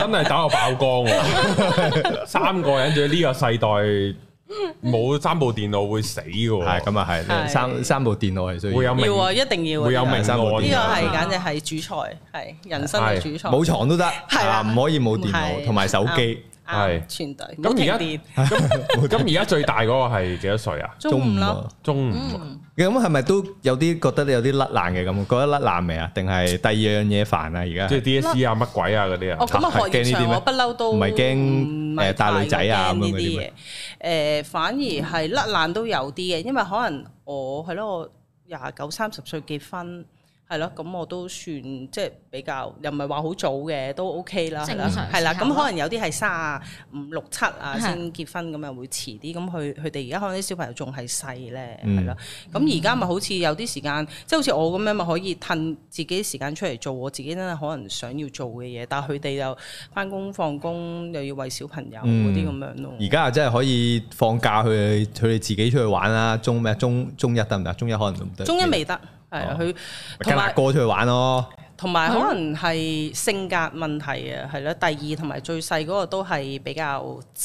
S1: 真係打我爆光喎！ 三個人仲要呢個世代冇三部電腦會死嘅喎，
S3: 係咁啊係，
S4: 係
S3: 三三部電腦係需
S1: 會有
S3: 要，
S1: 明
S4: 要啊，一定要啊。
S1: 會有啊
S4: 呢
S1: 明
S3: 三部
S1: 暗
S4: 個呢
S3: 電
S4: 個
S3: 腦
S4: 係簡直係主菜，係人生嘅主菜。
S3: 冇床都得，
S4: 啦
S3: 啊唔可以冇電腦
S4: 係
S3: 同埋手機，
S4: 啱
S1: 係
S4: 啊全對。
S1: 咁而家
S4: 冇停電
S1: 咁而家最大嗰個係幾多歲啊？
S4: 中午啦
S3: 啊，。
S1: 中午
S4: 嗯
S3: 咁係咪都有啲覺得有啲甩爛嘅咁？覺得甩爛未啊？定係第二樣嘢煩啊？而
S1: 即
S3: 家
S1: 係 DSE 啊、乜鬼啊嗰啲
S4: 哦，
S1: 啊？
S4: 咁啊，
S3: 係
S4: 學業
S3: 驚呢啲
S4: 上
S3: 咩
S4: 我不嬲都
S3: 唔係驚
S4: 唔係
S3: 誒帶女仔啊咁
S4: 太過驚呢
S3: 樣嗰啲
S4: 啲嘢，誒反而係甩爛都有啲嘅，因為可能我係咯，我廿九三十歲結婚。係咯，咁我都算即係比較，又唔係話好早嘅，都 OK 啦，係啦
S2: 正常，
S4: 係啦。
S2: 時候
S4: 咁
S2: 咯
S4: 可能有啲係三五六七啊
S2: 係
S4: 先結婚，咁又會遲啲。咁佢佢哋而家可能啲小朋友仲係細咧，
S3: 嗯
S4: 係咯。咁而家咪好似有啲時間，即係好似我咁樣咪可以褪自己時間出嚟做我自己真係可能想要做嘅嘢，但係佢哋又翻工放工，又要為小朋友嗰啲咁樣咯。
S3: 而家又真係可以放假去佢哋自己出去玩啦。中咩中中一得唔得？中一可能都唔得，
S4: 中一未得，係啊，佢
S3: 跟
S4: 同
S3: 阿
S4: 埋
S3: 哥出去玩咯。
S4: 同埋可能係性格問題啊，係咯。第二同埋最細嗰個都係比較
S3: 黐
S4: 黐黐屋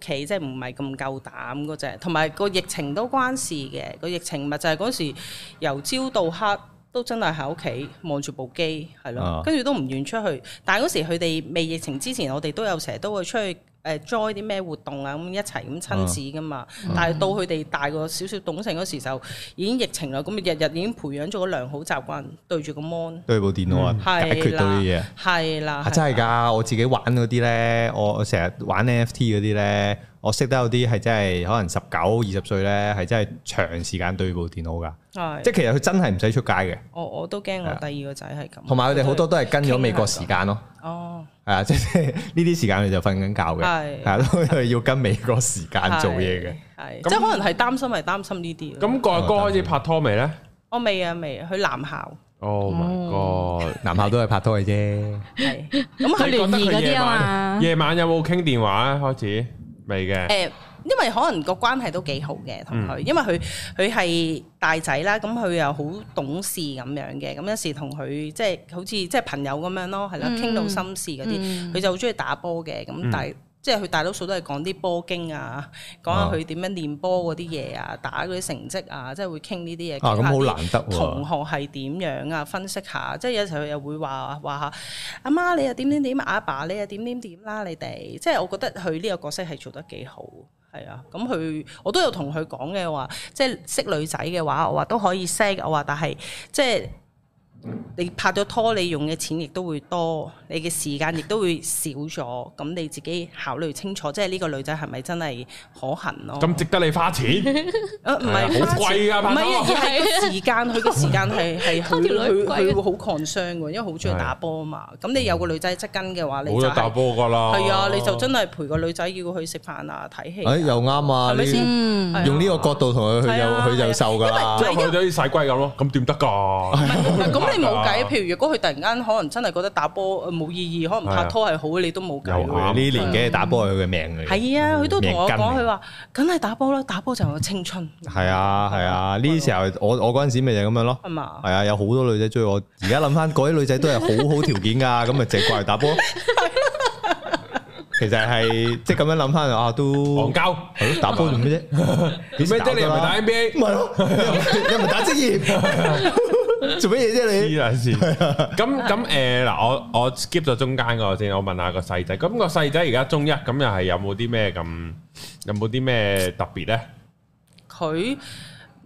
S4: 企，即係唔係咁夠膽嗰只。同埋個疫情都關事嘅，個疫情咪就係嗰時由朝到黑。都真係喺屋企望住部機，係
S3: 啊
S4: 咯，跟住都唔願出去。但係嗰時佢哋未疫情之前，我哋都有成日都會出去誒 join 啲咩活動啊，咁一齊咁親子噶
S3: 啊
S4: 嘛。但係到佢哋大個少少懂性嗰時就已經疫情啦，咁日日已經培養咗個良好習慣，對住個 mon。
S3: 對部電腦
S4: 嗯
S3: 啊，解
S4: 係
S3: 決
S4: 啦，
S3: 到啲嘢。
S4: 啊係啦，
S3: 啊啊，真係㗎！我自己玩嗰啲咧，我我成日玩 NFT 嗰啲咧，我識得有啲係真係可能十九、二十歲咧，係真係長時間對部電腦㗎。
S4: 係
S3: 即係其實佢真係唔使出街嘅，
S4: 我我都驚
S3: 係
S4: 我
S3: 啊
S4: 第二個仔係咁。
S3: 同埋佢哋好多都係跟咗美國時間咯。
S4: 哦，
S3: 係啊，即 係呢啲時間佢就瞓緊覺嘅，
S4: 係
S3: 係啊，都係要跟美國時間做嘢嘅。
S4: 係，
S1: 咁
S4: 係即係可能係擔心係擔心呢啲咯。
S1: 咁個阿哥
S3: 嗯
S1: 開始拍拖未咧
S4: 我未啊未啊，去男 校
S1: ？Oh my god！
S3: 男校都係拍拖嘅啫，
S4: 係咁
S2: 佢
S4: 係
S2: 聯誼
S1: 你覺得佢
S2: 嗰啲
S1: 夜
S2: 啊
S1: 晚
S2: 嘛，
S1: 夜晚有冇傾電話啊？開始未嘅？
S4: 誒，因為可能個關係都幾好嘅同佢，
S3: 嗯
S4: 因為佢佢係大仔啦，咁佢又好懂事咁樣嘅，咁有時同佢即係好似即係朋友咁樣咯，係啦，
S2: 嗯
S4: 傾到心事嗰啲，
S2: 嗯
S4: 佢就好中意打波嘅，
S3: 嗯
S4: 咁但係即係佢大多數都係講啲波經啊，講下佢點樣練波嗰啲嘢啊，打嗰啲成績啊，即係會傾呢啲嘢。
S3: 啊
S4: 傾下啲
S3: 咁好難得喎
S4: 同學係點樣啊？分析下，即係有時候佢又會話話下阿媽你又點點點，阿爸你又點點點啦，你哋即係我覺得佢呢個角色係做得幾好。係啊，咁佢我都有同佢講嘅話，即係識女仔嘅話，我話都可以識，我話但係即係你拍咗拖，你用嘅錢亦都會多，你嘅時間亦都會少咗，咁你自己考慮清楚，即係呢個女仔係咪真係可行咯？
S1: 咁值得你花錢？
S4: 啊唔係
S1: 係啊好貴㗎拍
S4: 唔係
S1: 拖
S4: 啊，而係個時間，佢嘅時間 係係佢
S2: 條女
S4: 佢
S2: 貴啊
S4: 佢會好 concern 喎，因為好中意打波啊嘛。咁你有個女仔側跟嘅話，你
S1: 冇
S4: 就
S1: 得打
S4: 係
S1: 波噶啦。
S4: 係啊，你就真係陪個女仔要佢食飯啊、睇戲啊。
S1: 哎
S3: 誒又啱啊！
S4: 係咪先
S3: 你
S2: 嗯，
S4: 係啊
S3: 用呢個角度同佢，佢就
S4: 係啊
S3: 佢就瘦㗎啦
S1: 即。係去咗啲細龜咁咯，咁點得噶？
S4: 咁你冇
S1: 啊
S4: 計，譬如如果佢突然間可能真係覺得打波呃冇意義，可能拍拖係好，你都冇計
S1: 又
S4: 喎。
S1: 啱
S3: 呢年紀打波係佢嘅命嚟嘅。
S4: 係啊，佢都同我
S3: 贏筋
S4: 講，
S3: 嚟
S4: 佢話梗係打波啦，打波就係我青春，
S3: 係啊係啊，呢啲時候我我嗰陣時咪就係咁樣咯。
S4: 係嘛
S3: 係？啊，有好多女仔追我，而家諗翻嗰啲女仔都係好好條件㗎，咁咪淨係過嚟打波。 其實係即係咁樣諗翻啊，都
S1: 戇鳩，
S3: 係咯打波 做咩啫？
S1: 點解啫？你又唔係
S3: 打
S1: 打 NBA？
S3: 唔係咯，你又唔係打職 業，做乜嘢啫你？
S1: 黐撚線咁咁誒嗱，我我 skip 咗中間嗰個先，我問下個細仔。咁個細仔而家中一，咁又係有冇啲咩咁？有冇啲咩特別咧？
S4: 佢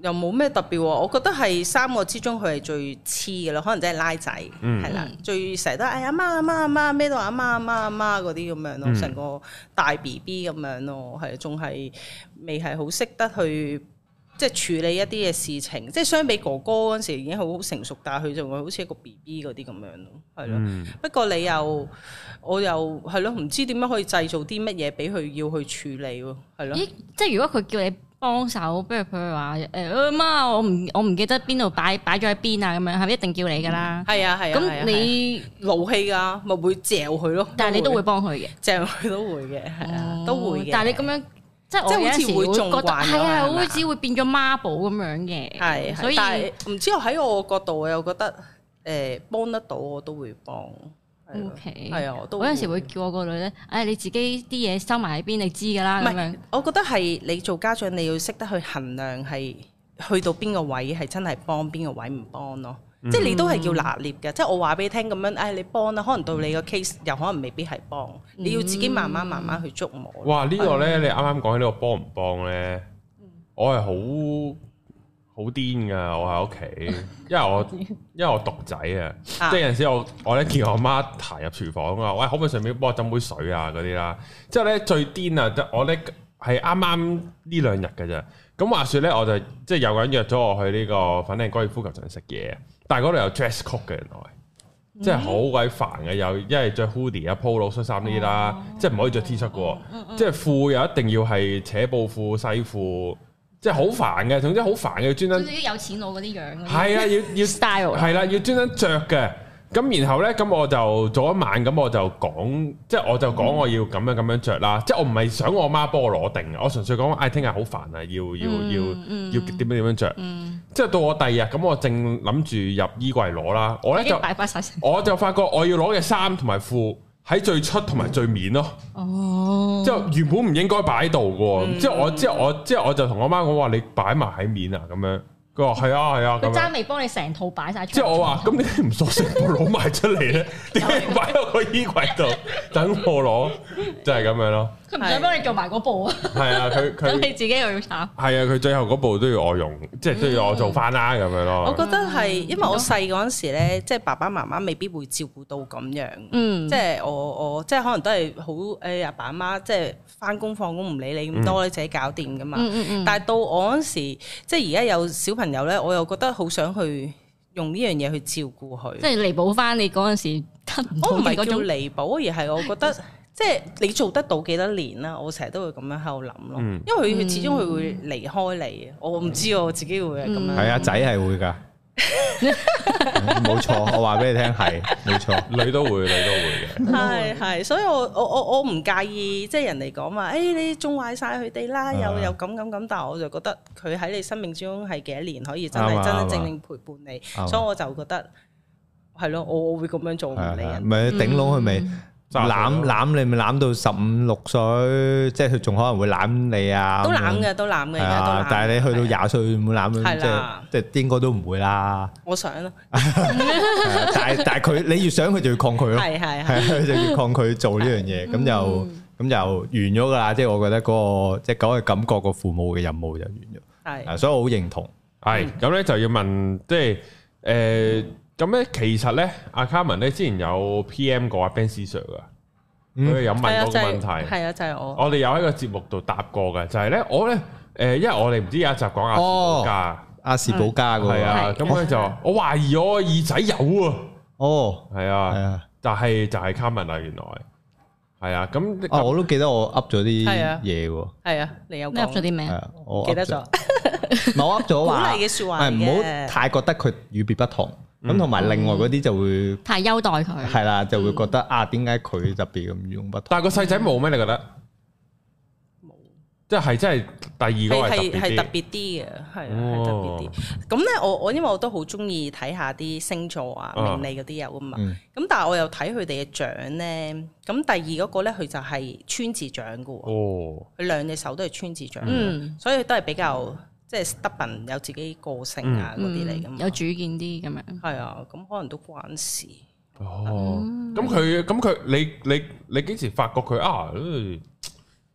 S4: 又冇咩特別喎，我覺得係三個之中佢係最黐嘅啦，可能真係拉仔，
S1: 嗯
S4: 係啦，最成日都哎呀媽阿媽阿媽咩到阿媽阿媽阿媽嗰啲咁樣咯，
S1: 嗯
S4: 成個大 B B 咁樣咯，係仲係未係好識得去。即係處理一啲嘅事情，即係相比哥哥嗰陣時已經好好成熟，但係佢就會好似一個 B B 嗰啲咁樣咯，係咯。
S1: 嗯
S4: 不過你又我又係咯，唔知點樣可以製造啲乜嘢俾佢要去處理喎，係咯。
S2: 咦，即係如果佢叫你幫手，不如佢話誒媽，我唔我唔記得邊度擺擺咗喺邊啊，咁樣係咪一定叫你㗎啦？
S4: 係啊係啊。係啊
S2: 咁你
S4: 勞氣㗎，咪會嚼佢咯。
S2: 但係你都會幫佢嘅，哦
S4: 嚼佢都會嘅，係啊，都會嘅。
S2: 但係你咁樣。即係我
S4: 即係
S2: 有
S4: 好似
S2: 陣時
S4: 會
S2: 會
S4: 縱
S2: 覺得
S4: 慣咗
S2: 係啊，
S4: 係嘛
S2: 好似會變咗孖寶咁樣嘅，
S4: 係
S2: 所
S4: 係，
S2: 以
S4: 但係唔知我喺我角度，我又覺得誒幫得到我都會幫。係啊
S2: OK
S4: 係啊，我都
S2: 我有陣時會叫我個女咧，誒你自己啲嘢收埋喺邊，你知㗎啦
S4: 唔
S2: 咁樣
S4: 係。，我覺得係你做家長，你要識得去衡量係去到邊個位係真係幫，邊個位唔幫咯。即係你都係要拿捏嘅，即係我話俾你聽咁樣，誒你幫啦，可能到你個 case 又可能未必係幫，你要自己慢慢慢慢去捉摸咯。
S1: 哇！呢個咧，你啱啱講起呢個幫唔幫咧，我係好好癲噶，我喺屋企，因為我因為我獨仔啊，
S4: 啊
S1: 即係有陣時我我咧見我媽行入廚房啊，喂，可唔可以順便幫我斟杯水啊嗰啲啦，之後咧最癲啊，就我咧係啱啱呢兩日嘅咋。咁話說咧，我就即係有個人約咗我去呢個粉嶺高爾夫球場食嘢，但係嗰度有 dress code 嘅原來。即係好鬼煩嘅，有一係着 hoodie 啊、polo 恤衫呢啲啦，即係唔可以着 T 恤嘅喎，即係褲又一定要係扯布褲、西褲，即係好煩嘅。總之好煩嘅，專登
S2: 總之有錢佬嗰啲樣嗰啲。
S1: 係啊，要要
S2: style 啊
S1: 係啦，要專登着嘅。咁然後咧，咁我就做一晚，咁我就講，即係我就講我要咁樣咁樣着啦。即係我唔係想我媽幫我攞定啊嘅，我純粹講，唉，聽日好煩啊，要要要要點樣點樣
S2: 嗯
S1: 着。即係到我第二日，咁我正諗住入衣櫃攞啦，我
S2: 已
S1: 咧就
S2: 經。擺翻晒成。
S1: 我就發覺我要攞嘅衫同埋褲喺最出同埋最面咯，
S2: 嗯哦，
S1: 即係原本唔應該擺喺度嘅喎，之後我之後我之後我就同我媽講話你擺埋喺面啊咁樣，佢話係啊係啊咁
S2: 佢
S1: 樣
S2: 爭，未幫你成套擺晒出嚟。
S1: 之後我話咁你點唔索性攞 埋出嚟咧，點解要擺喺個衣櫃度等我攞，就係咁樣咯，
S2: 佢唔想幫你做埋嗰步啊，
S1: 係啊，佢
S2: 等
S1: 佢
S2: 你自己又要炒。
S1: 係啊，佢最後嗰步都要我用，即係都要我做翻啦咁樣
S4: 嗯
S1: 咯。
S4: 我覺得係，因為我細嗰陣時咧，即係爸爸媽媽未必會照顧到咁樣。
S2: 嗯，
S4: 即係我我即係可能都係好誒阿爸阿媽即係翻工放工唔理你咁多，你自己搞掂噶嘛。
S2: 嗯嗯嗯，
S4: 但係到我嗰時，即係而家有小朋友咧，我又覺得好想去用呢樣嘢去照顧
S2: 即
S4: 佢。
S2: 係彌補翻你嗰陣時得唔到
S4: 我唔
S2: 嘅
S4: 係
S2: 嗰
S4: 叫
S2: 種。
S4: 彌補，而係我覺得即係你做得到幾多年啦，我成日都會咁樣喺度諗咯。
S1: 嗯
S4: 因為佢始終佢會離開你，啊我唔知我自己會係咁樣。
S3: 係啊，仔係會 㗎，嗯冇錯，我話俾你聽係冇錯。
S1: 女都會，女都會嘅。
S4: 係係，所以我我我我唔介意，即係人哋講話，誒、你縱壞晒佢哋啦，又又咁咁咁，但係我就覺得佢喺你生命之中係幾多年可以真
S3: 啱啊
S4: 係真
S3: 啱啊
S4: 真正正陪伴你，
S3: 啊
S4: 所以我就覺得係咯，我我會咁樣做唔
S3: 係啊
S4: 理
S3: 係啊
S4: 人
S3: 唔。係頂窿佢咪
S1: 三十歲
S3: 攬
S1: 咯
S3: 攬你咪攬到十五六歲，即係佢仲可能會攬你啊，
S4: 都
S3: 咁樣
S4: 攬嘅，都攬嘅，而
S3: 係
S4: 家都
S3: 啊
S4: 攬。，
S3: 但係你去到
S4: 係啊
S3: 廿歲會唔會攬到，
S4: 係
S3: 即係
S4: 啦
S3: 即係應該都唔會啦。
S4: 我想咯，
S3: 係啊但 係但係佢你越想佢就越抗拒咯，
S4: 係嗯係
S3: 係
S4: 係，
S3: 啊佢就越抗拒做呢樣嘢，咁就咁就完咗㗎啦。即係我覺得嗰個即係嗰個感覺個父母嘅任務就完咗。
S4: 係
S3: 啊，所以我好認同。
S1: 係咁咧，就要問即係誒咁咧，其實咧，阿 Carmen 咧之前有 PM 過阿 Ben Sir 噶，
S3: 嗯
S1: 佢有
S4: 係
S1: 問
S4: 啊，
S1: 過
S4: 就
S1: 個問
S4: 係
S1: 題，
S4: 係啊，就係我
S1: 我哋有喺個節目度答過嘅，就係咧我咧誒，因為我哋唔知有一集講阿士
S3: 哦
S1: 保加，
S3: 阿士保加嗰
S4: 嗯
S3: 個
S1: 係啊，
S2: 係
S1: 咁咧就話我懷疑我耳仔有啊，
S3: 哦，
S1: 係
S3: 係
S1: 啊，
S3: 啊，
S1: 就係就係 Carmen 啦，原來係啊，咁
S3: 啊，
S1: 咁
S3: 我都記得我噏咗啲
S4: 係啊
S3: 嘢喎，
S4: 係啊，你有
S2: 你噏咗
S4: 講
S2: 啲
S3: 係
S2: 咩？
S3: 啊，我
S4: 記
S3: 噏
S4: 得
S3: 咗
S4: 咗，
S3: 唔係我噏咗
S4: 鼓
S3: 話
S4: 勵嘅嗯説話
S3: 係
S4: 嚟
S3: 唔好
S4: 嘅，
S3: 太覺得佢與別不同，咁同埋另外嗰啲就會
S2: 太優待佢，
S3: 係啦，就會覺得啊，點解佢特別咁與眾不同？
S1: 但係個細仔冇咩？你覺得？即係真係第二個係
S4: 係
S1: 特
S4: 係
S1: 別
S4: 特
S1: 啲，
S4: 別啲嘅，係啊係特別
S1: 哦
S4: 啲。咁咧，我我因為我都好中意睇下啲星座啊、
S1: 啊
S4: 命理嗰啲有噶嘛。
S3: 嗯
S4: 咁但係我又睇佢哋嘅掌咧，咁第二嗰個咧佢就係川字掌嘅喎，
S1: 哦，
S4: 佢兩隻手都係川字掌，
S2: 嗯
S4: 所以都係比較即係 stubborn 有自己個性啊嗰啲嚟噶嘛
S2: 嗯。有主見啲咁樣。
S4: 係啊，咁可能都關事。
S1: 哦，
S4: 嗯
S1: 咁佢咁佢你你你幾時發覺佢啊？嗯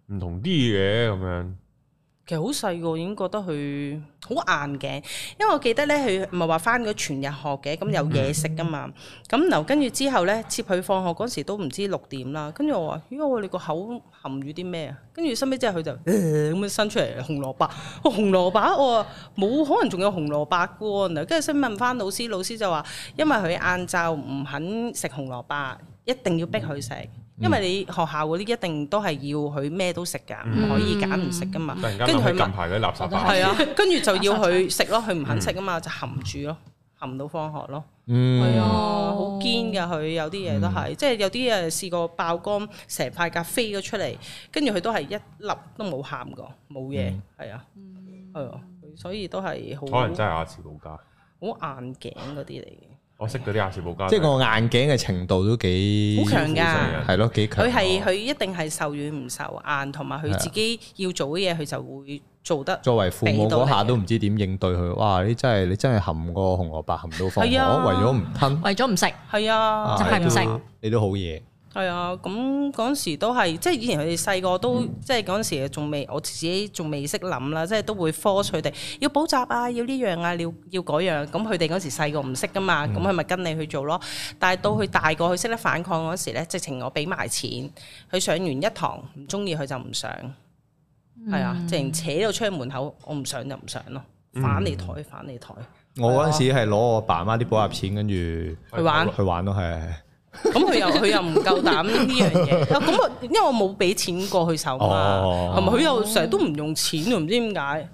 S1: 唔同啲嘅咁樣，
S4: 其實好細個已經覺得佢好硬嘅，因為我記得咧，佢唔係話翻咗全日學嘅，咁有嘢食噶嘛。咁然後跟住之後咧，接佢放學嗰時都唔知六點啦。跟住我話：咦，我哋個口含住啲咩啊？跟住收尾之後佢就呃咁樣伸出嚟紅蘿蔔。我紅蘿蔔，我話冇可能仲有紅蘿蔔㗎喎。跟住先問翻老師，老師就話：因為佢晏晝唔肯食紅蘿蔔，一定要逼佢食。因為你學校嗰啲一定都係要佢咩都食㗎，唔可以揀唔食㗎嘛。
S1: 突然間
S4: 跟住
S1: 諗
S4: 佢
S1: 起
S4: 問
S1: 近排嗰啲垃圾包，
S4: 係啊，跟住就要佢食咯，佢唔肯食啊嘛，就含住咯，含到放學咯。係啊嗯
S3: 嗯，，
S4: 好堅㗎佢有啲嘢都係，即係有啲嘢試過爆缸，成塊架飛咗出嚟，跟住佢都係一粒都冇喊過，冇嘢，係啊，係啊，佢所以都係好
S1: 可能真
S4: 好
S1: 係亞氏保加，
S4: 硬頸嗰啲嚟嘅。
S1: 我識嗰啲亞氏保加，
S3: 即係個眼鏡嘅程度都幾
S4: 好強㗎
S3: 係咯，幾強。
S4: 佢係佢一定係受軟唔受硬，同埋佢自己要做嘅嘢，佢就會做得。
S3: 作為父母嗰下都唔知點應對佢，哇！你真係你真係含個紅蘿蔔含到放
S4: 係啊
S3: 火，為咗唔吞，
S2: 為咗唔食，
S4: 係啊，
S3: 啊
S2: 就係唔食。
S3: 你都好嘢。
S4: 係啊，咁嗰陣時都係，即係以前佢哋細個都，即係嗰陣時仲未，我自己仲未識諗啦，即係都會 force 佢哋要補習啊，要呢樣啊，要要嗰樣。咁佢哋嗰時細個唔識噶嘛，咁佢咪跟你去做咯。但係到佢大個，佢識得反抗嗰時咧，直情我俾埋錢，佢上完一堂唔中意佢就唔上，
S2: 嗯
S4: 係啊，直情扯到出去門口，我唔上就唔上咯，反你台，反你台，
S3: 我嗰陣時係攞我爸媽啲補習錢，跟住去
S4: 去玩。
S3: 玩咯，係係。係
S4: 咁 佢又佢又唔夠膽呢樣嘢，啊咁我因為我冇俾錢過去手嘛，
S3: 哦
S4: 同埋佢又成日都唔用錢喎，唔知點解。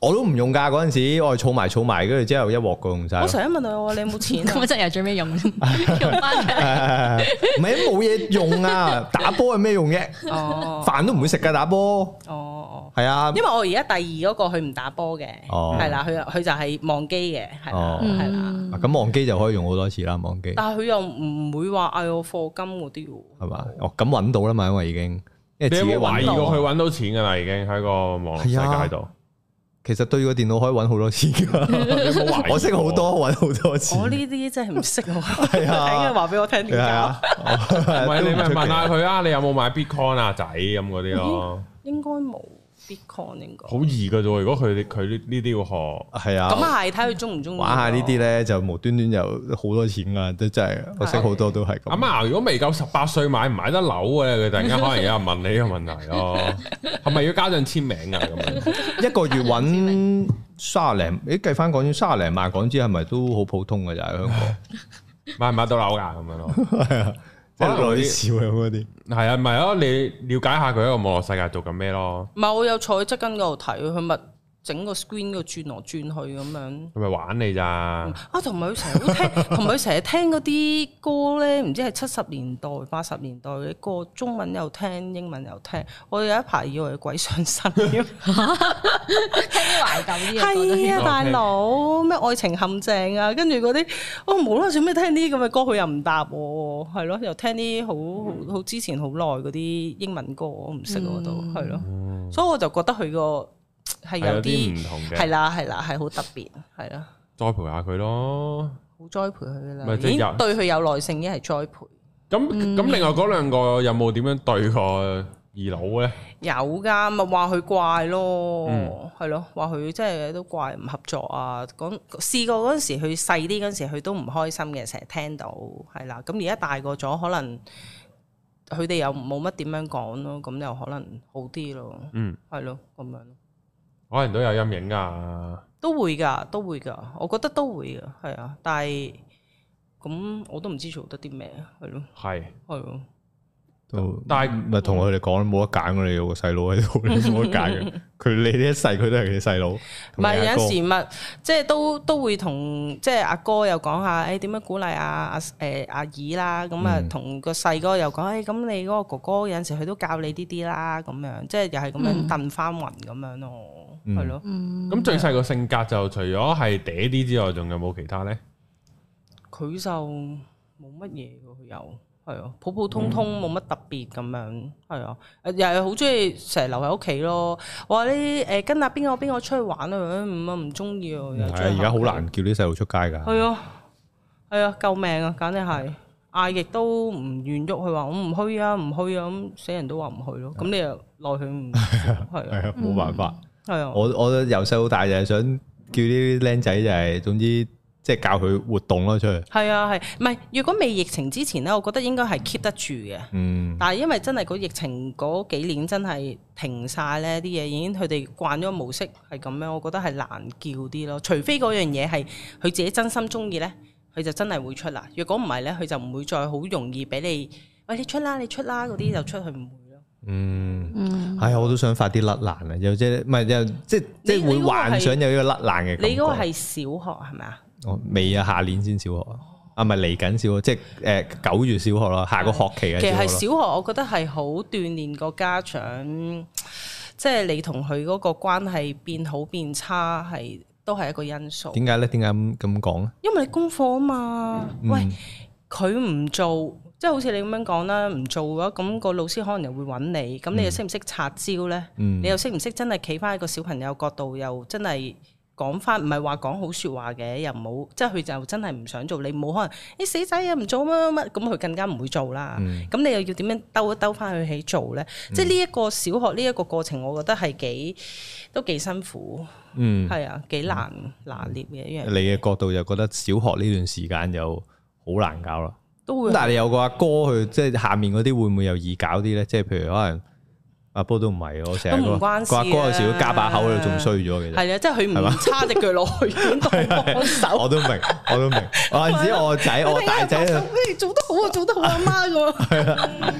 S3: 我都唔用㗎嗰陣時，我係儲埋儲埋，跟住之後一鑊過用晒
S4: 我
S3: 咯。
S4: 成日問佢我話你有冇錢
S2: 咁
S4: 啊
S2: 我？真係最尾用用翻出嚟。
S3: 唔係冇嘢用啊！打波有咩用啫？
S4: 哦
S3: 飯都唔會食㗎，打波
S4: 哦哦，
S3: 係啊
S4: 因。為我而家第二嗰個佢唔打波嘅，
S3: 哦
S4: 係啦，佢佢就係忘機嘅，係啦
S3: 哦
S4: 係啦，
S3: 咁忘機就可以用好多次啦，忘機
S4: 但係佢又唔會話嗌我課金嗰啲喎。
S3: 係嘛？哦，咁揾到啦嘛，因為已經
S1: 你
S3: 因為自
S1: 有
S3: 己
S1: 冇
S3: 揾
S1: 懷疑
S3: 到啊
S1: 過佢揾到錢㗎啦？已經喺個網絡世界度，
S3: 其實對個電腦可以揾好多 錢㗎，我識好多揾好多錢。
S4: 我呢啲真係唔識喎，
S3: 係啊
S4: 睇嘅話俾我聽點
S3: 係
S4: 搞
S3: 啊，，
S1: 唔係
S3: 都
S1: 你
S3: 唔
S1: 咪
S3: 出奇
S1: 問下佢啊，你有冇買 Bitcoin 啊仔咁嗰啲咯，
S3: 嗯
S4: 應該冇 Bitcoin 應該。
S1: 好易噶啫喎。如果佢佢呢呢啲要學，
S3: 係啊，
S4: 咁係睇佢中唔中意咯
S3: 玩下呢啲。咧就無端端有好多錢噶，都真係我識好多都係咁。
S1: 阿媽如果未夠十八歲買唔買得樓嘅咧，佢突然間可能有人問你呢個問題 咯，係咪要家長簽名啊咁樣？
S3: 一個月揾卅零，你計翻港紙卅零萬港紙係咪都好普通嘅咋？喺香港
S1: 買唔買到樓㗎咁樣咯？
S3: 即
S1: 可能
S3: 係
S1: 有
S3: 女
S1: 啲
S3: 少咁嗰啲。
S1: 係啊，咪咯，你了解下佢喺個網絡世界做緊咩咯？
S4: 唔係我有坐喺側跟嗰度睇，佢咪整個 screen 嗰度轉來轉去咁樣。
S1: 佢咪玩你咋？
S4: 啊，同埋佢成日都 聽，同埋佢成日聽嗰啲歌咧，唔知係七十年代、八十年代嘅歌，中文又聽，英文又聽。我有一排以為佢鬼上身添。
S2: 聽啲懷舊啲嘅歌都
S4: 係啊，
S1: OK
S4: 大佬咩愛情陷阱啊，跟住嗰啲，我無啦啦做咩聽啲咁嘅歌，佢又唔答我，係咯，又聽啲好好好之前好耐嗰啲英文歌，我唔識我都係咯，
S3: 嗯
S4: 所以我就覺得佢個係
S1: 係啊有啲
S4: 有
S1: 唔
S4: 啲
S1: 同
S4: 係
S1: 嘅，
S4: 啦係啦係好特別係啦，
S1: 栽培下佢咯。
S4: 好栽培佢啦，
S1: 咪
S4: 已
S1: 即係
S4: 經
S1: 有
S4: 對佢有耐性已經係栽培。
S1: 咁
S3: 嗯
S1: 咁，另外嗰兩個有冇點樣對個二佬咧？
S4: 有噶，咪話佢怪咯
S1: 嗯，
S4: 係咯、話佢即係都怪唔合作啊。講試過嗰陣時，佢細啲嗰陣時，佢都唔開心嘅，成日聽到係啦。咁而家大個咗，可能佢哋又冇乜點樣講咯，咁又可能好啲咯，
S1: 嗯，
S4: 係咯咁樣咯，
S1: 可能都有陰影噶。
S4: 都會㗎，都會㗎，我覺得都會㗎，係啊。但係咁我都唔知做得啲咩，係咯，
S1: 係，
S4: 係咯。
S3: 都
S1: 但係
S3: 咪同佢哋講冇得揀㗎，你有個細佬喺度， 你冇得揀嘅。佢你呢一世佢都係佢細佬，
S4: 唔
S3: 唔
S4: 係有陣時咪即係都都會同即係阿哥又講下，誒點樣鼓勵阿阿誒阿姨啦，咁
S3: 嗯
S4: 啊同個細哥又講，誒、哎咁你嗰個哥哥有陣時佢都教你啲啲啦，咁樣即係又係咁樣燉翻雲咁樣咯，
S3: 嗯
S4: 係咯，
S1: 咁最細個性格就除咗係嗲啲之外，仲有冇其他咧？
S4: 佢就冇乜嘢喎，佢又係啊，普普通
S3: 嗯
S4: 通冇乜特別咁樣，係啊，誒又係好中意成日留喺屋企咯。我話你誒跟阿邊個邊個出去玩啊，唔啊唔中意啊，又
S3: 係
S4: 中意
S3: 啊而家好
S4: 行街
S3: 難叫啲細路出街㗎。
S4: 係啊，係啊，救命啊！簡直係嗌極都唔願喐，佢話我唔去啊，唔去啊，咁死人都話唔去咯。咁你又奈佢唔係 啊，
S3: 係啊，冇辦法。
S4: 係啊，
S3: 我我由細到大就係想叫啲僆仔就係總之即係教佢活動咯出去。
S4: 係啊，係唔係？如果未疫情之前咧，我覺得應該係 keep 得住嘅。
S3: 嗯，
S4: 但係因為真係個疫情嗰幾年真係停晒咧，啲嘢已經佢哋慣咗模式係咁樣，我覺得係難叫啲咯。除非嗰樣嘢係佢自己真心中意咧，佢就真係會出啦。如果唔係咧，佢就唔會再好容易俾你喂你出啦，你出啦嗰啲就出去唔會咯。
S3: 嗯，
S2: 嗯，
S3: 唉，我都想快啲甩爛啊！又即係唔係又即即係
S4: 你
S3: 會
S4: 你嗰個係
S3: 幻想有呢個甩爛嘅感覺。
S4: 你嗰個係小學係咪啊？
S3: 我未啊，下年先小學啊，啊咪嚟緊小學，即係誒九月小學啦，下個學期嘅
S4: 其實係
S3: 小
S4: 小
S3: 學
S4: 學，我覺得係好鍛鍊個家長，即係你同佢嗰個關係變好變差係都係一個因素
S3: 咯。。點解咧？點解咁咁講咧？
S4: 因為你功課啊嘛，
S3: 嗯
S4: 喂，佢唔做，即係好似你咁樣講啦，唔做嘅話，咁、個老師可能又會揾你，咁你又識唔識拆招呢？
S3: 嗯
S4: 你又識唔識真係企翻喺個小朋友角度，又真係講翻，唔係話講好説話嘅，又唔好，即係佢就真係唔想做，你冇可能，你死仔啊唔做乜乜乜，咁佢更加唔會做啦。
S3: 嗯
S4: 咁、你又要點樣兜一兜翻佢起做呢？即係呢一個小學呢一個過程，我覺得係幾都幾辛苦，
S3: 嗯，
S4: 係啊，幾難拿捏嘅一樣
S3: 你嘅角度就覺得小學呢段時間就好難搞啦。
S4: 都會啊
S3: 咁但係你有個阿哥去，即係下面嗰啲會唔會又易搞啲咧？即係譬如可能阿波都唔係，我成日
S4: 都
S3: 個
S4: 唔
S3: 個
S4: 關
S3: 阿
S4: 事
S3: 哥
S4: 啊
S3: 有時要加把口，仲衰咗其實。
S4: 係啊，即係佢唔叉只腳落去， 點當幫手？
S3: 我都明，我都明。嗰陣時我仔，啊我大仔就
S4: 你做得好啊，做得好啊，媽咁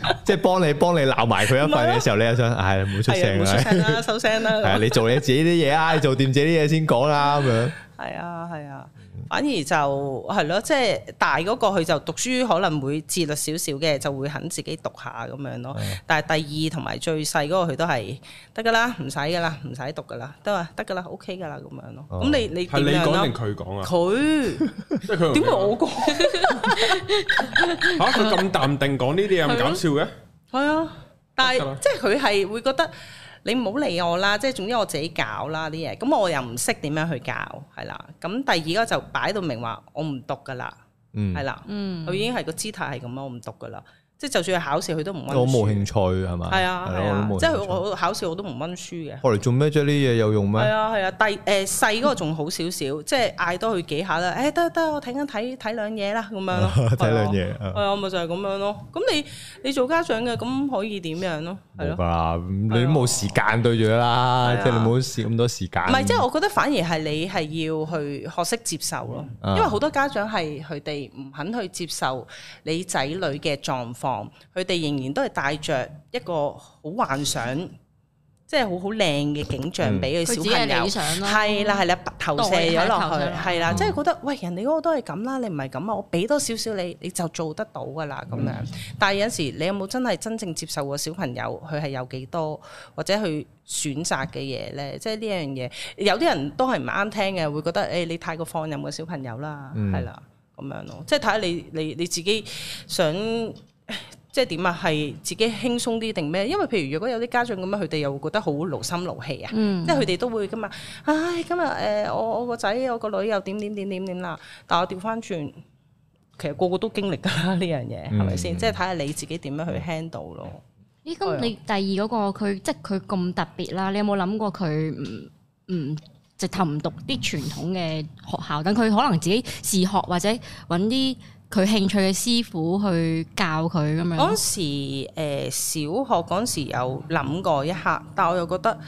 S4: 啊，
S3: 即係幫你幫你鬧埋佢一份嘅時候，你又想唉，唔好 出
S4: 係啊，
S3: 聲
S4: 唔好
S3: 啦
S4: 出。聲 啦，收聲
S3: 係啊
S4: 啦，
S3: 你做你自己啲嘢啊，你做掂自己啲嘢先講啦咁樣。
S4: 係啊，係啊。反而就係咯，即係大嗰個佢就讀書可能會自律少少嘅，就會肯自己讀下咁樣咯。但係第二同埋最細嗰個佢都係得噶啦，唔使噶啦，唔使讀噶啦，得啊，得噶啦，OK 噶啦咁樣咯。
S3: 哦
S4: 咁你你
S1: 係
S4: 點
S1: 你
S4: 樣
S1: 講定
S4: 咯？
S1: 佢講 啊？
S4: 佢
S1: 即係佢
S4: 點會我講？
S1: 嚇佢咁淡定講呢啲嘢咁搞笑嘅？
S4: 係啊，但係
S1: 得啦
S4: 即係佢係會覺得你唔好理我啦，即係總之我自己搞啦啲嘢。咁我又唔識點樣去教，係啦。咁第二個就擺到明話我唔讀噶啦，
S3: 嗯
S4: 係，啦，
S2: 嗯
S4: 佢已經係個姿態係咁啊咯，我唔讀噶啦。即係就算佢考試，佢都唔温書。
S3: 我冇興趣係嘛？
S4: 係啊
S3: 係
S4: 係
S3: 咯我
S4: 啊
S3: 都，冇
S4: 即
S3: 興
S4: 係
S3: 趣
S4: 我考試我都唔温書嘅。
S3: 我嚟做咩啫？呢嘢有用咩。
S4: 係？啊係啊，第誒細嗰個仲好少少，即係嗌多佢幾下啦。誒得得，我睇緊睇睇兩嘢啦，咁樣咯
S3: 睇兩
S4: 係啊。
S3: 嘢啊
S4: 係啊，咪就係咁樣咯。咁你你做家長嘅，咁可以點樣咯？係
S3: 冇
S4: 咯。
S3: 噶啦，咁你都冇時間對住佢啦，
S4: 係啊
S3: 即係你冇時咁多時間。
S4: 唔係，即係我覺得反而係你係要去學識接受咯，
S3: 啊
S4: 因為好多家長係佢哋唔肯去接受你仔女嘅狀況，佢哋仍然都係帶着一個好幻想，即係好好靚嘅景象俾佢
S2: 佢
S4: 小
S2: 自己嘅
S4: 朋友
S2: 理。想咯，
S4: 係啦係啦，投射咗落
S2: 代入投射
S4: 去
S2: 落去
S4: 係啦，
S3: 嗯
S4: 即係覺得喂人哋嗰個都係咁啦，你唔係咁啊，我俾多少少你，你就做得到噶啦咁
S3: 嗯
S4: 樣。但係有陣時你有冇真係真正接受過小朋友佢係有幾多，或者佢選擇嘅嘢咧？即係呢樣嘢，有啲人都係唔啱聽嘅，會覺得誒、欸你太過放任個小朋友啦，
S3: 嗯
S4: 係啦咁樣咯，即係睇下你你你自己想。 即係點啊？係自己輕鬆啲定咩？因為譬如如果有啲家長咁樣，佢哋又會覺得好勞心勞氣啊。
S2: 嗯
S4: 即係佢哋都會噶嘛。唉，今日誒、呃我我個仔我個女又點點點點點啦，但我調翻轉，其實個個都經歷㗎啦呢樣嘢，係咪先？即係睇下你自己點樣去 handle 咯。
S2: 咦，咁你第二嗰、個佢即係佢咁特別啦，你有冇諗過佢唔唔直頭唔讀啲傳統嘅學校，等佢可能自己自學或者揾啲佢興趣嘅師傅去教佢咁
S4: 嗰
S2: 樣？
S4: 陣時、呃、小學嗰陣時有諗過一刻，但我又覺得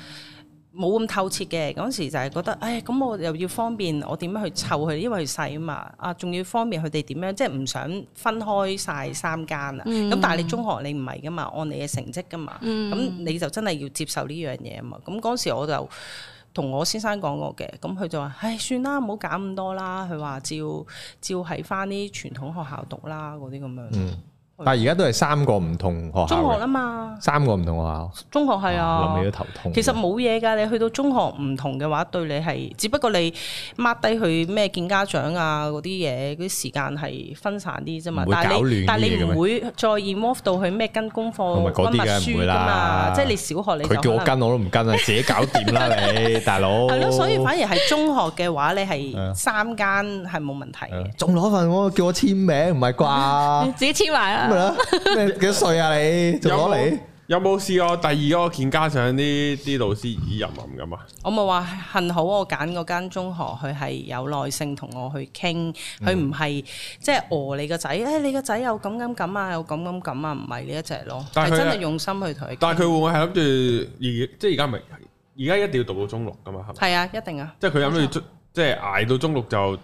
S4: 冇咁透徹嘅。嗰陣時就係覺得，唉，咁我又要方便我點樣去湊佢，因為佢細啊嘛，啊，仲要方便佢哋點樣，即係唔想分開晒三間啊。咁、
S2: 嗯
S4: 但係你中學你唔係噶嘛，按你嘅成績噶嘛，咁、
S2: 嗯
S4: 你就真係要接受呢樣嘢啊嘛。咁嗰陣時我就。同我先生講過嘅，咁佢就話：唉，算啦，唔好搞咁多啦。佢話照照喺翻啲傳統學校讀啦，嗰啲咁樣。
S3: 但係而家都係三個唔同學校
S4: 中學
S3: 嘅，
S4: 啦嘛，
S3: 三個唔同學校，
S4: 中學係啊
S3: 哇諗起。都頭痛。
S4: 其實冇嘢㗎，你去到中學唔同嘅話，對你係，只不過你 mark 低佢咩見家長啊嗰啲嘢，嗰啲時間係分散啲啫嘛
S3: 唔。會
S4: 但
S3: 搞亂
S4: 係
S3: 啲嘢
S4: 你但係你
S3: 嘅咩
S4: 唔會再 involve 到佢咩跟功
S3: 同埋
S4: 課、
S3: 嗰
S4: 温
S3: 啲
S4: 默
S3: 梗係
S4: 書
S3: 唔會
S4: 㗎
S3: 啦
S4: 嘛。即係你小學你就
S3: 佢叫我
S4: 可能
S3: 跟我都唔跟啊，自己搞掂 啦你，大佬。
S4: 係咯，所以反而係中學嘅話，你
S3: 係啊
S4: 係三間係冇問題嘅。
S3: 仲攞份我叫我簽名，唔係 啩？
S2: 自己簽埋
S3: 咁咪
S2: 啦，
S3: 啦，咩幾多歲啊你？仲攞嚟？
S1: 有冇試過第二個見家長啲啲老師咦入文咁啊？
S4: 我咪話幸好我揀嗰間中學，佢係有耐性同我去傾，
S1: 嗯
S4: 佢唔係即係餓你個仔，誒、你個仔又咁咁咁啊，又咁咁咁啊，唔係呢一隻咯，
S1: 但
S4: 係
S1: 係佢
S4: 真係用心去同佢
S1: 但係佢
S4: 傾。
S1: 會唔會係諗住而即係而家咪而家一定要讀到中六噶嘛？係咪？
S4: 係啊，一定啊，
S1: 即係佢諗住即係捱到中六就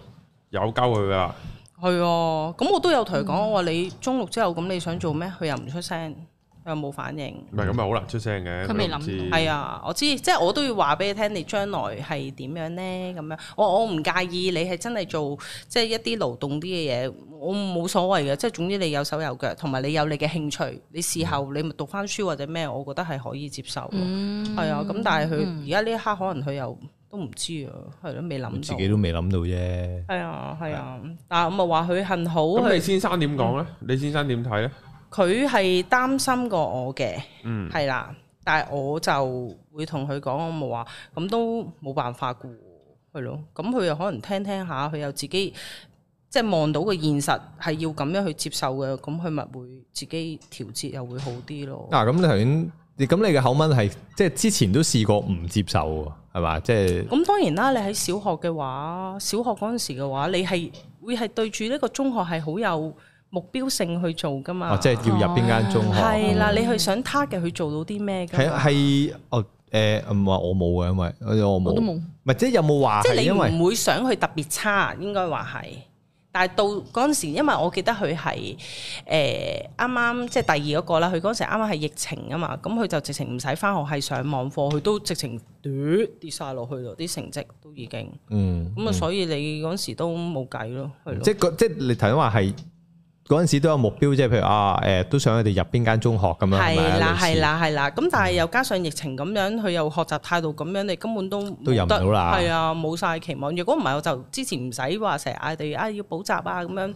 S1: 有鳩佢噶啦。
S4: 係啊，咁我都有同佢
S1: 嗯
S4: 講，我話你中六之後咁你想做咩？佢又唔出聲，佢又冇反應。
S1: 唔係咁咪好難出聲嘅。
S2: 佢未
S1: 都唔知
S2: 諗
S4: 係啊，我知，即係我都要話俾你聽，你將來係點樣呢？咁樣，我我唔介意你係真係做即係一啲勞動啲嘅嘢，我冇所謂嘅。即係總之你有手有腳，同埋你有你嘅興趣，你事
S3: 嗯
S4: 後你咪讀翻書或者咩，我覺得係可以接受咯。係、啊，咁但係
S3: 嗯
S4: 佢而家呢一刻可能佢又都唔知啊，係咯，未諗
S3: 自
S4: 到。
S3: 己都未諗到啫。
S4: 係啊，係啊，但係我咪話佢幸好
S1: 咁你
S4: 佢
S1: 先生點講咧？你先生點睇咧？
S4: 佢係擔心過我嘅。
S1: 嗯，
S4: 係啦，但係我就會同佢講，我冇話咁都冇辦法嘅喎，係咯。咁佢又可能聽聽下，佢又自己即係望到個現實係要咁樣去接受嘅，咁佢咪會自己調節又會好啲咯。
S3: 嗱，咁你頭先，你咁你嘅口吻係即係之前都試過唔接受喎，係嘛？即係
S4: 咁當然啦，你喺小學嘅話，小學嗰陣時嘅話，你係會係對住呢個中學係好有目標性去做噶嘛。
S3: 哦，即係要入邊間中學。
S4: 啊係啦，啊你去想 target 去做到啲咩㗎
S3: 係
S4: 嘛？
S3: 係哦誒唔係我冇啊嘅，因為我冇，
S2: 我都冇
S3: 唔係即係有冇話
S4: 即係
S3: 啊係
S4: 你
S3: 因為
S4: 唔啊會想佢特別差，應該話係。但係到嗰陣時，因為我記得佢係誒啱啱即係第二嗰個啦，佢嗰陣時啱啱係疫情啊嘛，咁佢就直情唔使翻學，係上網課，佢都直情嘟跌晒落去咯，啲成績都已經
S3: 嗯
S4: 咁啊，所以你嗰陣時都冇計咯，係咯。
S3: 即係個即係你頭先話係嗰陣時都有目標，即係譬如啊誒，都想佢哋入邊間中學咁樣，係咪
S4: 係啦
S3: 啊，嗯
S4: 係，啦，係啦。咁但係又加上疫情咁樣，佢又學習態度咁樣，你根本都
S3: 都
S4: 都
S3: 入唔到啦
S4: 係啊，冇晒期望。如果唔係，我就之前唔使話成日嗌哋啊要補習啊咁樣，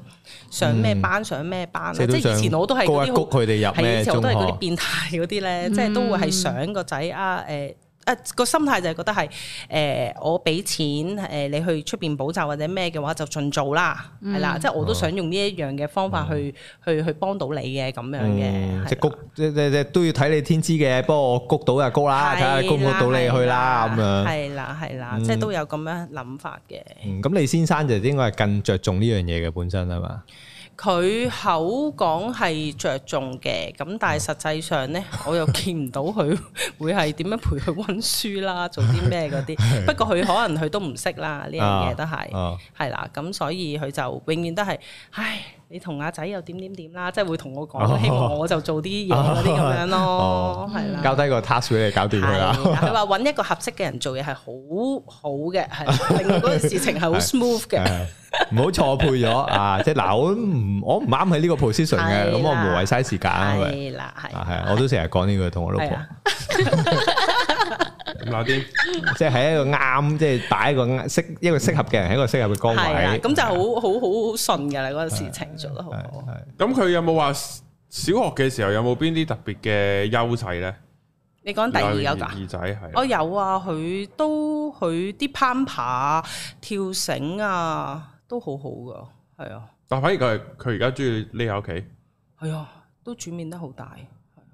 S4: 上咩班上咩班啊。
S3: 類
S4: 即
S3: 似嗯都
S4: 係以前我都係
S3: 高
S4: 嗰
S3: 一
S4: 啲
S3: 谷
S4: 好
S3: 佢哋入
S4: 係
S3: 咩
S4: 以前我
S3: 中
S4: 都係嗰啲
S3: 學？嗯
S4: 變態嗰啲咧，即係都會係想個仔啊誒。誒個心態就係覺得係誒、呃我俾錢誒、你去出邊補習或者咩嘅話就盡做啦，係、
S3: 嗯
S4: 啦，即係
S3: 哦
S4: 我都想用呢一樣嘅方法去、去去幫到你嘅咁
S3: Ờ,
S4: 樣
S3: 嗯，
S4: 嘅，係
S3: 即係
S4: 啦
S3: 谷，即即即都要睇你天資嘅。不過我谷到就谷啦，睇下你谷唔谷到你去啦咁樣。
S4: 係啦係啦，即係都有咁樣諗法嘅。
S3: 嗯咁你先生就應該係更着重呢樣嘢嘅本身係嘛？
S4: 佢口講係着重嘅，咁
S3: 嗯
S4: 但係實際 上呢，我又見唔到佢 會係點樣陪佢温書啦，做啲咩嗰 啲。不過佢可能佢都唔識啦，呢
S3: Ờ,
S4: 樣嘢都係
S3: 啊
S4: 係啦。咁所以佢就永遠都係，唉，你同阿仔又點點點啦，即係會同我
S3: 哦
S4: 講，希望我就做啲嘢嗰啲咁樣
S3: 哦
S4: 咯，係啦。
S3: 交低個 task 俾你搞掂佢
S4: 係
S3: 啦
S4: 啦。 佢話揾一個合適嘅人做嘢係好好嘅，係令到嗰件事情係好 smooth 嘅。
S3: 係唔好錯配咗啊！即係嗱，我唔我唔啱喺呢個 position 嘅，
S4: 係
S3: 咁
S4: 啦
S3: 我無謂嘥時間啊係咪？
S4: 係啦，係
S3: 啊，係啊，我都成日講呢句同我老
S4: 係
S3: 婆，
S4: 啊，
S1: 咁嗱啲
S3: 即係喺一個啱，即係擺一個啱適一個適合嘅人喺一個適合嘅崗
S4: 係啦
S3: 位，，
S4: 咁就好好好好順㗎啦，嗰個事情做得好
S3: Ờ,
S4: 好。
S1: 咁佢有冇話小學嘅時候有冇邊啲特別嘅優勢咧？
S4: 你講第二個㗎？
S1: 二仔係
S4: 我有啊，佢都佢啲攀爬、跳繩啊，都好好㗎，係啊，
S1: 但反而佢佢而家中意匿喺屋企。
S4: 係啊，都轉變得好大，係啊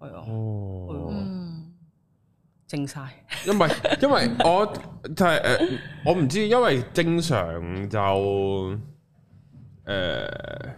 S4: 係啊，
S1: 哦，
S2: 嗯，
S4: 靜晒。
S1: 因為因為我就係誒，我唔知，因為正常就誒、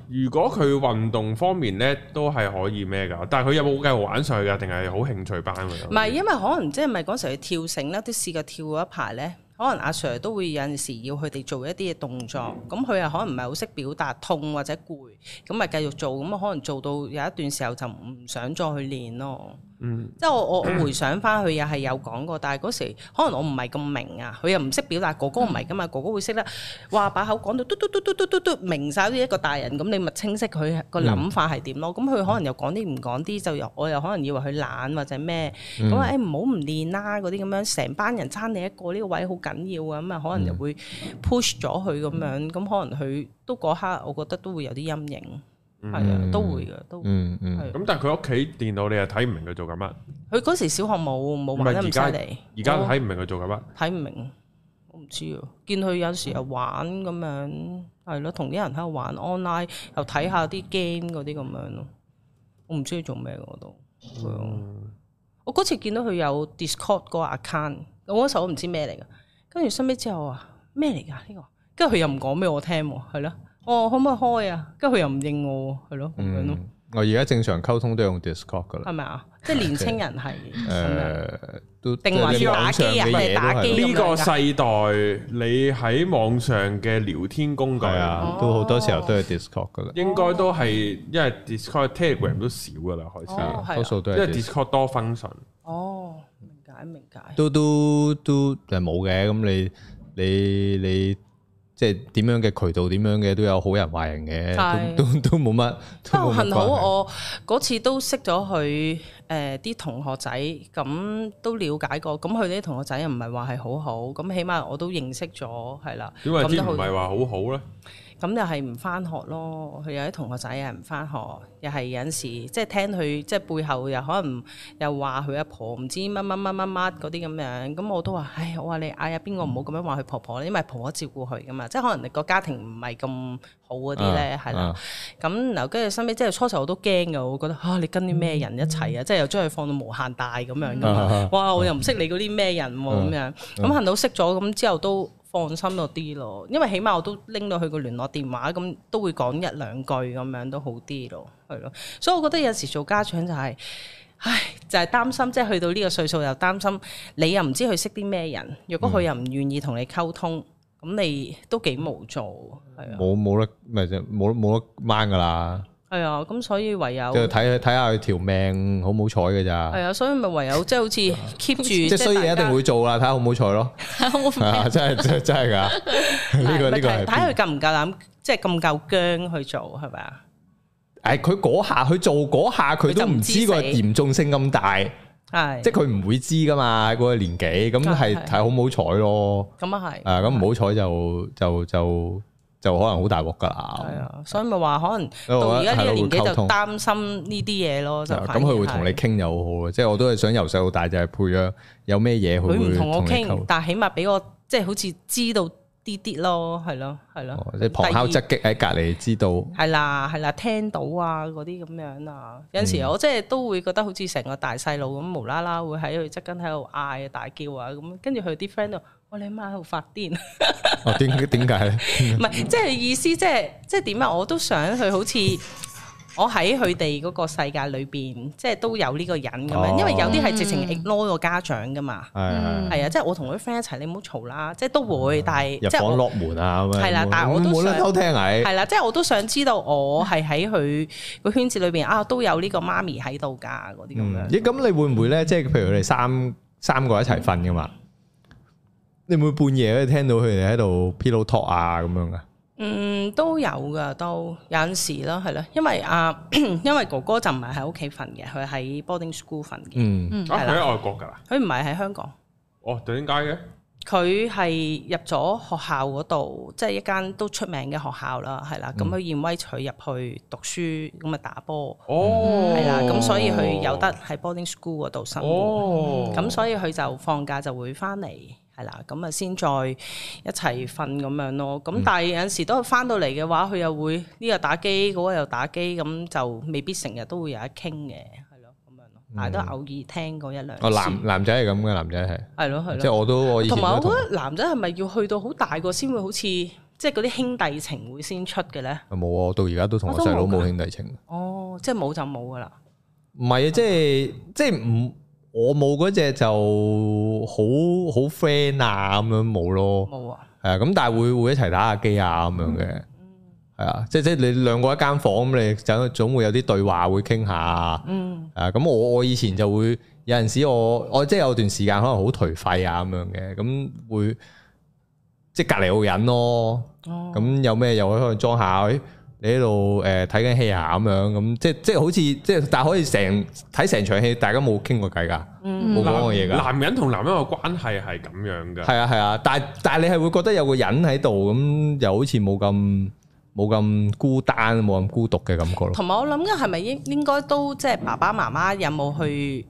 S1: 如果佢運動方面咧都係可以咩㗎，但係佢有冇繼續玩上去㗎？定係好興趣班㗎？
S4: 唔係，因為可能即係咪嗰時去跳繩咧，都試過跳嗰一排咧。可能阿 Sir 都會有陣時要佢哋做一啲嘅動作，咁佢又可能唔係好識表達痛或者攰，咁咪繼續做，咁可能做到有一段時候就唔想再去練咯。
S1: 嗯，
S4: 即係我我我回想翻佢又係有講過，但係嗰時可能我唔係咁明啊，佢又唔識表達，哥哥唔係噶嘛，哥哥會識得話把口講到嘟嘟嘟嘟嘟嘟嘟明晒呢一個大人，咁你咪清晰佢個諗法係點咯。咁佢可能又講啲唔講啲，就又我又可能以為佢懶或者咩，咁啊誒唔好唔練啦嗰啲咁樣，成班人爭你一個呢個位好緊要啊，咁啊可能就會 push 咗佢咁樣，咁可能佢都嗰刻我覺得都會有啲陰影，係啊都會嘅都會。
S3: 嗯嗯
S4: 係
S1: 咁但係佢屋企電腦你又睇唔明佢做緊乜，
S4: 佢嗰時小學冇冇
S1: 唔
S4: 玩
S1: 係
S4: 得
S1: 而
S4: 咁
S1: 家
S4: 犀利，
S1: 而家
S4: 我
S1: 睇唔明佢做緊乜。
S4: 睇唔明，我唔知啊。見佢有時又玩咁樣，係咯，同啲人喺度玩 online，又睇下啲 game 嗰啲咁樣咯。我唔知佢做咩嘅我都。係啊我嗰次見到佢有 Discord 嗰個 account，我嗰時我唔知咩嚟嘅。跟住收尾之後啊，咩嚟㗎呢個？跟住佢又唔講俾我聽喎，係咯。我可唔可以開啊？跟住佢又唔應我喎，係咯咁樣咯
S3: 嗯，，我而家正常溝通都用 Discord 噶啦
S4: 係，咪啊？即係年青人哦係
S3: 嗯
S4: 咁樣。
S3: 誒都
S4: 定還是
S3: 即係網
S4: 打機啊
S3: 上嘅嘢都係
S4: 打機
S1: 呢個世代你喺網上嘅聊天工具
S3: 係
S4: 哦
S3: 啊，都好多時候都係 Discord 噶啦，
S1: 應該都係，因為 Discord、Telegram 都少噶啦，開始，
S4: 哦係啊
S3: 多數都
S1: 因為
S3: 係 Discord。
S1: Discord 多 function。
S4: 哦，明解明解。
S3: 都都都誒冇嘅，咁你你你即係點樣嘅渠道，點樣嘅都有好人壞人嘅，
S4: 係
S3: 都都都冇乜。都冇
S4: 不
S3: 乜
S4: 過幸
S3: 關
S4: 好
S3: 係
S4: 我嗰次都識咗佢誒啲同學仔，咁都了解過。咁佢啲同學仔又唔係話係好好，咁起碼我都認識咗，係啦。
S1: 點為
S4: 咁
S1: 之
S4: 都好
S1: 唔係話好好咧？
S4: 咁又係唔翻學咯。佢有啲同學仔又唔翻學，又係有陣時即係聽佢即係背後又可能又話佢阿婆唔知乜乜乜乜乜嗰啲咁樣。咁我都話，唉，我話你嗌下邊個唔好咁樣話佢婆婆咧，因為婆婆照顧佢噶嘛。即係可能你個家庭唔係咁好嗰啲咧，係啦、
S3: 啊
S4: 咁然後跟住身尾，即係初時我都驚㗎，我覺得啊，你跟啲咩人一齊啊，即係又將佢放到無限大咁樣㗎嘛
S3: 嗯啊，
S4: 哇！我又唔識你嗰啲咩人喎咁樣，咁行到識咗咁之後都放心咗啲咯，因為起碼我都拎到佢個聯絡電話，咁都會講一兩句咁樣都好啲咯，係咯，所以我覺得有時做家長就係、唉，就係、擔心，即係去到呢個歲數又擔心，你又唔知佢識啲咩人，如
S3: 嗯
S4: 果佢又唔願意同你溝通，咁你都幾無助，係啊，
S3: 冇冇得咪就冇冇得掹噶啦，
S4: 係啊，咁所以唯有
S3: 即。係睇睇下佢條命好唔好彩嘅咋
S4: 係。啊，所以 咪唯有即係好似 keep 住，
S3: 即
S4: 即
S3: 係衰嘢
S4: 大
S3: 一定
S4: 家
S3: 會做啦，睇下 好唔好彩咯。
S2: 我唔
S3: 係啊，真係真係真係㗎。呢個呢個係
S4: 咪睇睇佢夠唔夠膽即係咁夠僵去做係咪啊？
S3: 诶，佢嗰下佢做嗰下，佢都唔知個
S5: 佢就唔知死
S3: 嚴重性咁大，即
S4: 係，
S3: 係佢唔會知噶嘛，嗰個年紀，咁
S4: 啊
S3: 係
S4: 係
S3: 睇好唔好彩咯。
S4: 咁啊係。
S3: 啊，咁唔好彩就就就就可能好大鑊㗎啦。
S4: 係啊，所以咪話可能
S3: 因為
S4: 到
S3: 我
S4: 而
S3: 覺得
S4: 家呢個
S3: 係咯
S4: 年
S3: 會
S4: 紀
S3: 溝
S4: 就
S3: 通啊
S4: 擔心呢啲嘢咯，就
S3: 咁
S4: 反而
S3: 佢會同你
S4: 係
S3: 傾就好好咯，即係我都係想由細到大就係培養有咩嘢佢
S4: 佢
S3: 會
S4: 唔同我
S3: 你
S4: 傾，
S3: 溝
S4: 但係起碼俾我即係好似知道啲啲咯，係咯，係咯
S3: 哦，即係旁敲
S4: 第
S3: 側擊喺隔離知道，
S4: 二。係啦，係啦，聽到啊，嗰啲咁樣啊，有陣時我即係都會覺得好似成個大細路咁，無啦啦會喺佢側跟喺度嗌啊、大叫啊咁，跟住佢啲 friend 度，哇！你阿媽喺度發癲，唔
S3: 哦點點解 咧？
S4: 係即係意思即係即係點啊？我都想佢好似我喺佢哋嗰個世界裏邊，即係都有呢個人咁樣，因為有啲係直情
S2: 嗯
S4: ignore 個家長噶嘛。
S3: 係係
S2: 嗯
S4: 係啊，即係我同佢 friend 一齊，你唔好嘈啦，即係都會，但係
S3: 入
S4: 即係
S3: 房
S4: 我
S3: 落門啊咁樣。
S4: 係啦但係我都
S3: 冇得
S4: 想
S3: 偷聽啊係。
S4: 係啦，即係我都想知道我係喺佢個圈子裏邊啊，都有呢個媽咪喺度㗎嗰啲咁
S3: 嗯，
S4: 樣。
S3: 咦？咁你會唔會咧？即係譬如你哋三三個一齊瞓噶嘛？你會唔會半夜咧聽到佢哋喺度 pillow talk 啊咁樣噶？
S4: 嗯，都有㗎，都有陣時啦，係啦，因為啊， 因為哥哥就唔係喺屋企瞓嘅，佢喺 boarding school 瞓嘅，
S3: 嗯，
S1: 啊，
S4: 係
S1: 佢
S4: 啦嗯
S1: 喺外國㗎啦。
S4: 佢唔係喺香港，
S1: 哦，點解嘅？
S4: 佢係入咗學校嗰度，即係一間都出名嘅學校啦，係啦，咁佢燕威佢入去讀書，咁啊打波，
S1: 哦，
S4: 係啦，咁所以佢有得喺 boarding school 嗰度生活。
S1: 哦，
S4: 咁所以佢就放假就會翻嚟，係啦，咁啊先再一齊瞓咁樣咯。
S3: 嗯
S4: 咁但係有陣時都翻到嚟嘅話，佢又會呢個打機，嗰、個又打機，咁就未必成日都會有得傾嘅，係咯咁樣咯。但係都偶爾聽過一兩次，
S3: 嗯哦，男男仔係咁嘅，男仔
S4: 係咯嗯係
S3: 係，即係
S4: 咯。
S3: 我都我以前
S4: 同埋
S3: 都
S4: 我覺
S3: 同
S4: 得男仔係咪要去到好大個先會好似即係嗰啲兄弟情會先出嘅咧？
S3: 冇啊，我到而家都同我
S4: 我都
S3: 細佬
S4: 冇
S3: 冇
S4: 㗎
S3: 兄弟情。
S4: 哦，即係冇就冇噶啦。
S3: 唔係啊，即係即係唔我冇嗰只就好好 friend 啊咁樣冇咯。
S4: 冇啊，
S3: 係啊，咁但係會會一齊打下機啊咁樣
S4: 嗯
S3: 嘅，係啊，即即係你兩個一間房咁，你總總會有啲對話會傾下，
S4: 嗯，
S3: 啊咁我我以前就會有陣時我我即係有段時間可能好頹廢啊咁樣嘅，咁會即係隔離有個人咯，
S4: 哦，
S3: 咁有咩又可以可以裝下，哎你喺度誒睇緊戲啊咁樣，咁即即係好似即係但係可以成睇成場戲，大家冇傾過偈㗎，
S4: 嗯
S3: 冇講過嘢㗎。
S1: 男人同男人嘅關係係咁樣㗎。
S3: 係啊係啊，但係但係你係會覺得有個人喺度，咁又好似冇咁冇咁孤單，冇咁孤獨嘅感覺咯。
S4: 同埋我諗緊係咪應應該都即係爸爸媽媽有冇去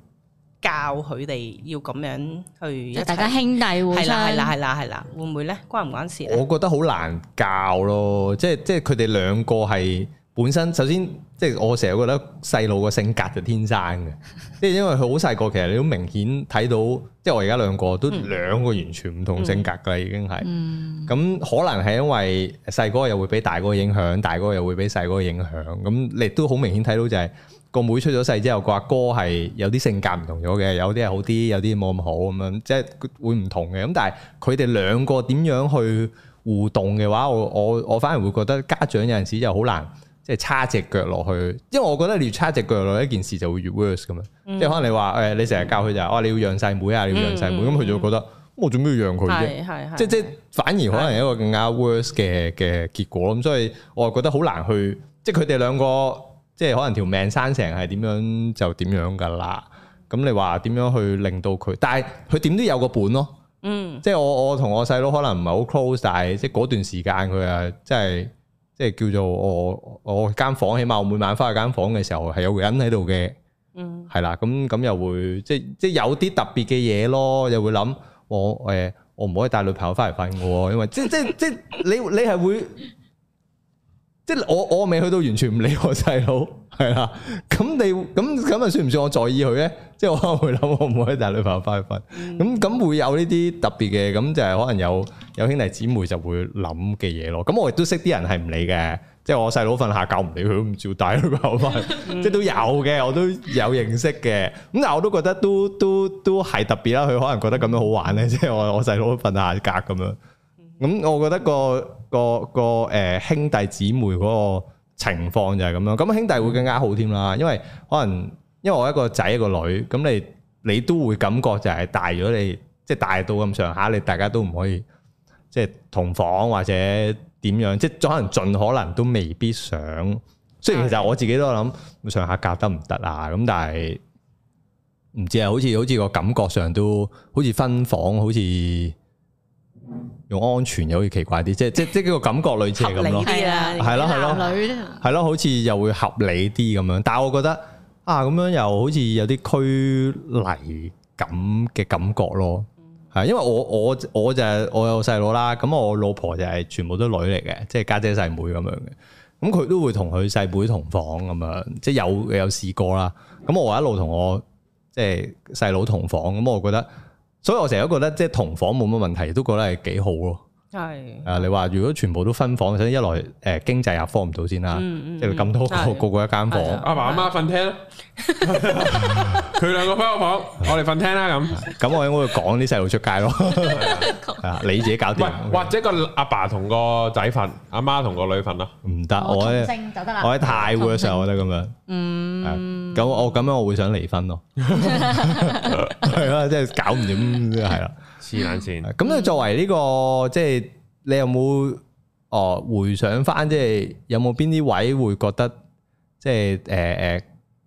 S4: 教佢哋要咁樣去一
S2: 即係
S4: 齊
S2: 大家兄弟互
S4: 係啦係啦
S2: 相
S4: 係啦係啦，會唔會咧？關唔關事咧？
S3: 我覺得好難教咯，即係即係佢哋兩個係本身首先，即係我成日覺得細路個性格就天生嘅，即係因為佢好細個，其實你都明顯睇到，即係我而家兩個都兩個完全唔同性格㗎啦，已經係。
S2: 嗯
S3: 咁可能係因為細嗰個又會俾大嗰個影響，大嗰個又會俾細嗰個影響，咁你都好明顯睇到就係、個妹出咗世之後，個阿哥係有啲性格唔同咗嘅，有啲係好啲，有啲冇咁好咁樣，即係會唔同嘅。咁但係佢哋兩個點樣去互動嘅話，我我我反而會覺得家長有陣時就好難。即係叉只腳落去，因為我覺得你越叉只腳落去一件事就會越 worse 咁樣。即係可能你話誒、你成日教佢就係、哦，你要讓細妹啊，你要讓細妹，咁佢、就會覺得我做咩要讓佢啫？
S4: 係係係，
S3: 即即反而可能係一個更加 worse 嘅嘅結果咁，所以我覺得好難去，即係佢哋兩個，即係可能條命生成係點樣就點樣㗎啦。咁你話點樣去令到佢？但係佢點都有個本咯。
S4: 嗯
S3: 即係我我同我細佬可能唔係好 close，但係即係嗰段時間佢啊，即係即係叫做我我我間房，起碼我每晚翻去間房嘅時候係有個人喺度嘅。
S4: 嗯
S3: 係啦，咁咁又會即即有啲特別嘅嘢咯，又會諗我誒、我唔可以帶女朋友翻嚟瞓嘅喎，因為即即即你你係會即我我未去到完全唔理我細佬，係啦，咁你咁咁啊算唔算我在意佢咧？即我可能會諗我唔可以帶女朋友翻去瞓，咁咁會有呢啲特別嘅，咁就係可能有有兄弟姊妹就會諗嘅嘢咯。咁我亦都識啲人係唔理嘅。即係我細佬瞓下覺唔理佢，都唔照帶佢跑翻， 即係都有嘅，我都有認識嘅。咁但係我都覺得都都都係特別啦，佢可能覺得咁樣好玩咧， 即係我我細佬瞓下格咁樣。咁我覺得個個個誒兄弟姊妹嗰個情況就係咁樣，咁兄弟會更加好添啦，因為可能因為我一個仔一個女，咁你你都會感覺就係大咗你，即係大到咁上下，你大家都唔可以即係同房或者點樣，即係可能盡可能都未必想。雖然其實我自己都有諗上下格得唔得啊？咁但係唔知啊，好似好似個感覺上都好似分房，好似用安全又好似奇怪啲，即係即係即係個感覺類似係咁
S4: 合
S3: 咯
S4: 理。啲啊
S3: 係咯係
S4: Ờ.
S3: 咯
S2: 男女咧
S3: 係咯，好似又會合理啲咁樣，但係我覺得啊，咁樣又好似有啲拘泥咁嘅感覺咯。係，因為我我我就係、我有細佬啦，咁我老婆就係全部都女嚟嘅，即係家姐細妹咁樣嘅。咁佢都會同佢細妹同房咁樣，即係有有試過啦。咁我一路同我即係細佬同房，咁我覺得，所以我成日都覺得即係同房冇乜問題，都覺得係幾好咯。
S4: 係
S3: 啊！你話如果全部都分房，首先一來誒、經濟壓幫唔到先啦，
S4: 嗯嗯
S3: 即係咁多個
S4: 係
S3: 個個一間
S4: 係
S3: 房，
S4: 啊
S1: 阿爸阿媽瞓廳啦， 佢兩個翻我房，我哋瞓廳啦咁。
S3: 咁我應該會講啲細路出街 咯。係啊，你自己搞
S1: 喂
S3: 掂，，
S1: 或者個阿爸同個仔瞓，阿媽同個女瞓咯。
S3: 唔得，
S2: 我
S3: 我
S2: 同
S3: 喺
S2: 性就得
S4: 啊
S2: 啦。
S3: 我喺太 w o r
S2: 同 性
S3: 我覺得咁樣，嗯，咁我咁樣我會想離婚 咯， 係啊，即係搞唔掂係啦。
S1: 黐撚線，
S3: 咁你作為呢、個即係你有冇哦回想翻，即係有冇邊啲位會覺得即係誒誒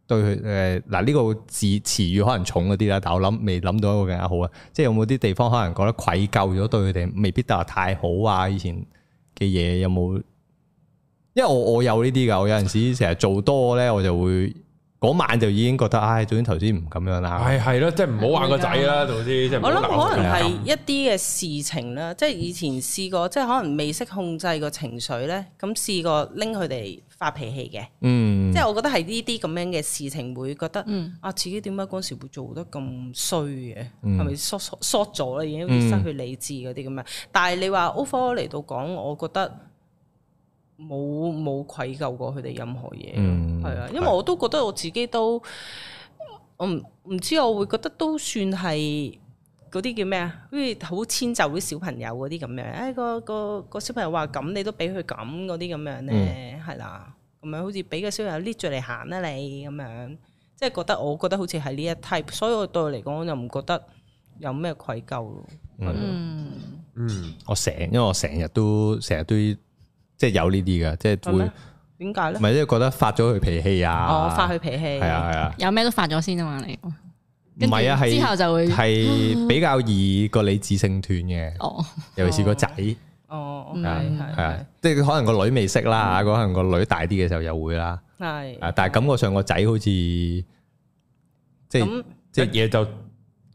S3: 對佢誒嗱呢個字詞語可能重嗰啲啦，但我諗未諗到一個更加好啊！即係有冇啲地方可能覺得愧疚咗對佢哋，未必得太好啊！以前嘅嘢有冇？因為我我有呢啲噶，我有陣時成日做多咧，我就會嗰晚就已經覺得，唉，總之頭先唔咁樣啦。
S1: 係係咯，即係唔好話個仔啦，總之即係唔好
S4: 我諗
S1: 鬧
S4: 可能
S1: 佢
S4: 係一啲嘅事情啦，即係以前試過，即係可能未識控制個情緒咧，咁試過拎佢哋發脾氣嘅，
S3: 嗯，
S4: 即係我覺得係呢啲咁樣嘅事情會覺得，
S2: 嗯
S4: 啊自己點解嗰時會做得咁衰嘅，
S3: 嗯
S4: 係咪縮縮縮咗啦，已經會失去理智嗰啲咁樣。啊但係你話 overall 嚟到講，我覺得冇冇愧疚過佢哋任何嘢，
S3: 嗯
S4: 係啊、因為我都覺得我自己都，我唔唔知我會覺得都算係。嗰啲叫咩啊？好似好遷就啲小朋友嗰啲咁樣，誒、哎、個個個小朋友話咁，你都俾佢咁嗰啲咁樣咧，係啦、咁樣好似俾個小朋友 lift 住嚟行啦你咁樣，即係覺得我覺得好似係呢一 type，所以我對我嚟講我就唔覺得有咩愧疚咯。
S2: 嗯，
S1: 嗯，
S3: 我成，因為我成日都成日都即係有呢啲嘅，即係
S4: 係
S3: 會
S4: 咩點解咧
S3: 唔？係即係覺得發咗佢脾氣啊，
S4: 哦我發佢脾氣，
S3: 係啊係啊，
S2: 有咩都發咗先啊嘛，你
S3: 唔係啊
S2: 跟住之
S3: 係
S2: 後就會
S4: 嗯
S3: 係比較易個理智性斷嘅，
S2: 哦，
S3: 尤其是個仔係
S4: 哦，
S2: 嗯
S4: 係係
S3: 啊
S4: 係，嗯
S3: 即係可能個女未識啦，可能個女大啲嘅時候又會啦，啊
S4: 係，
S3: 但係感覺上個仔好似即係
S4: 咁
S1: 一
S3: 即係
S1: 嘢就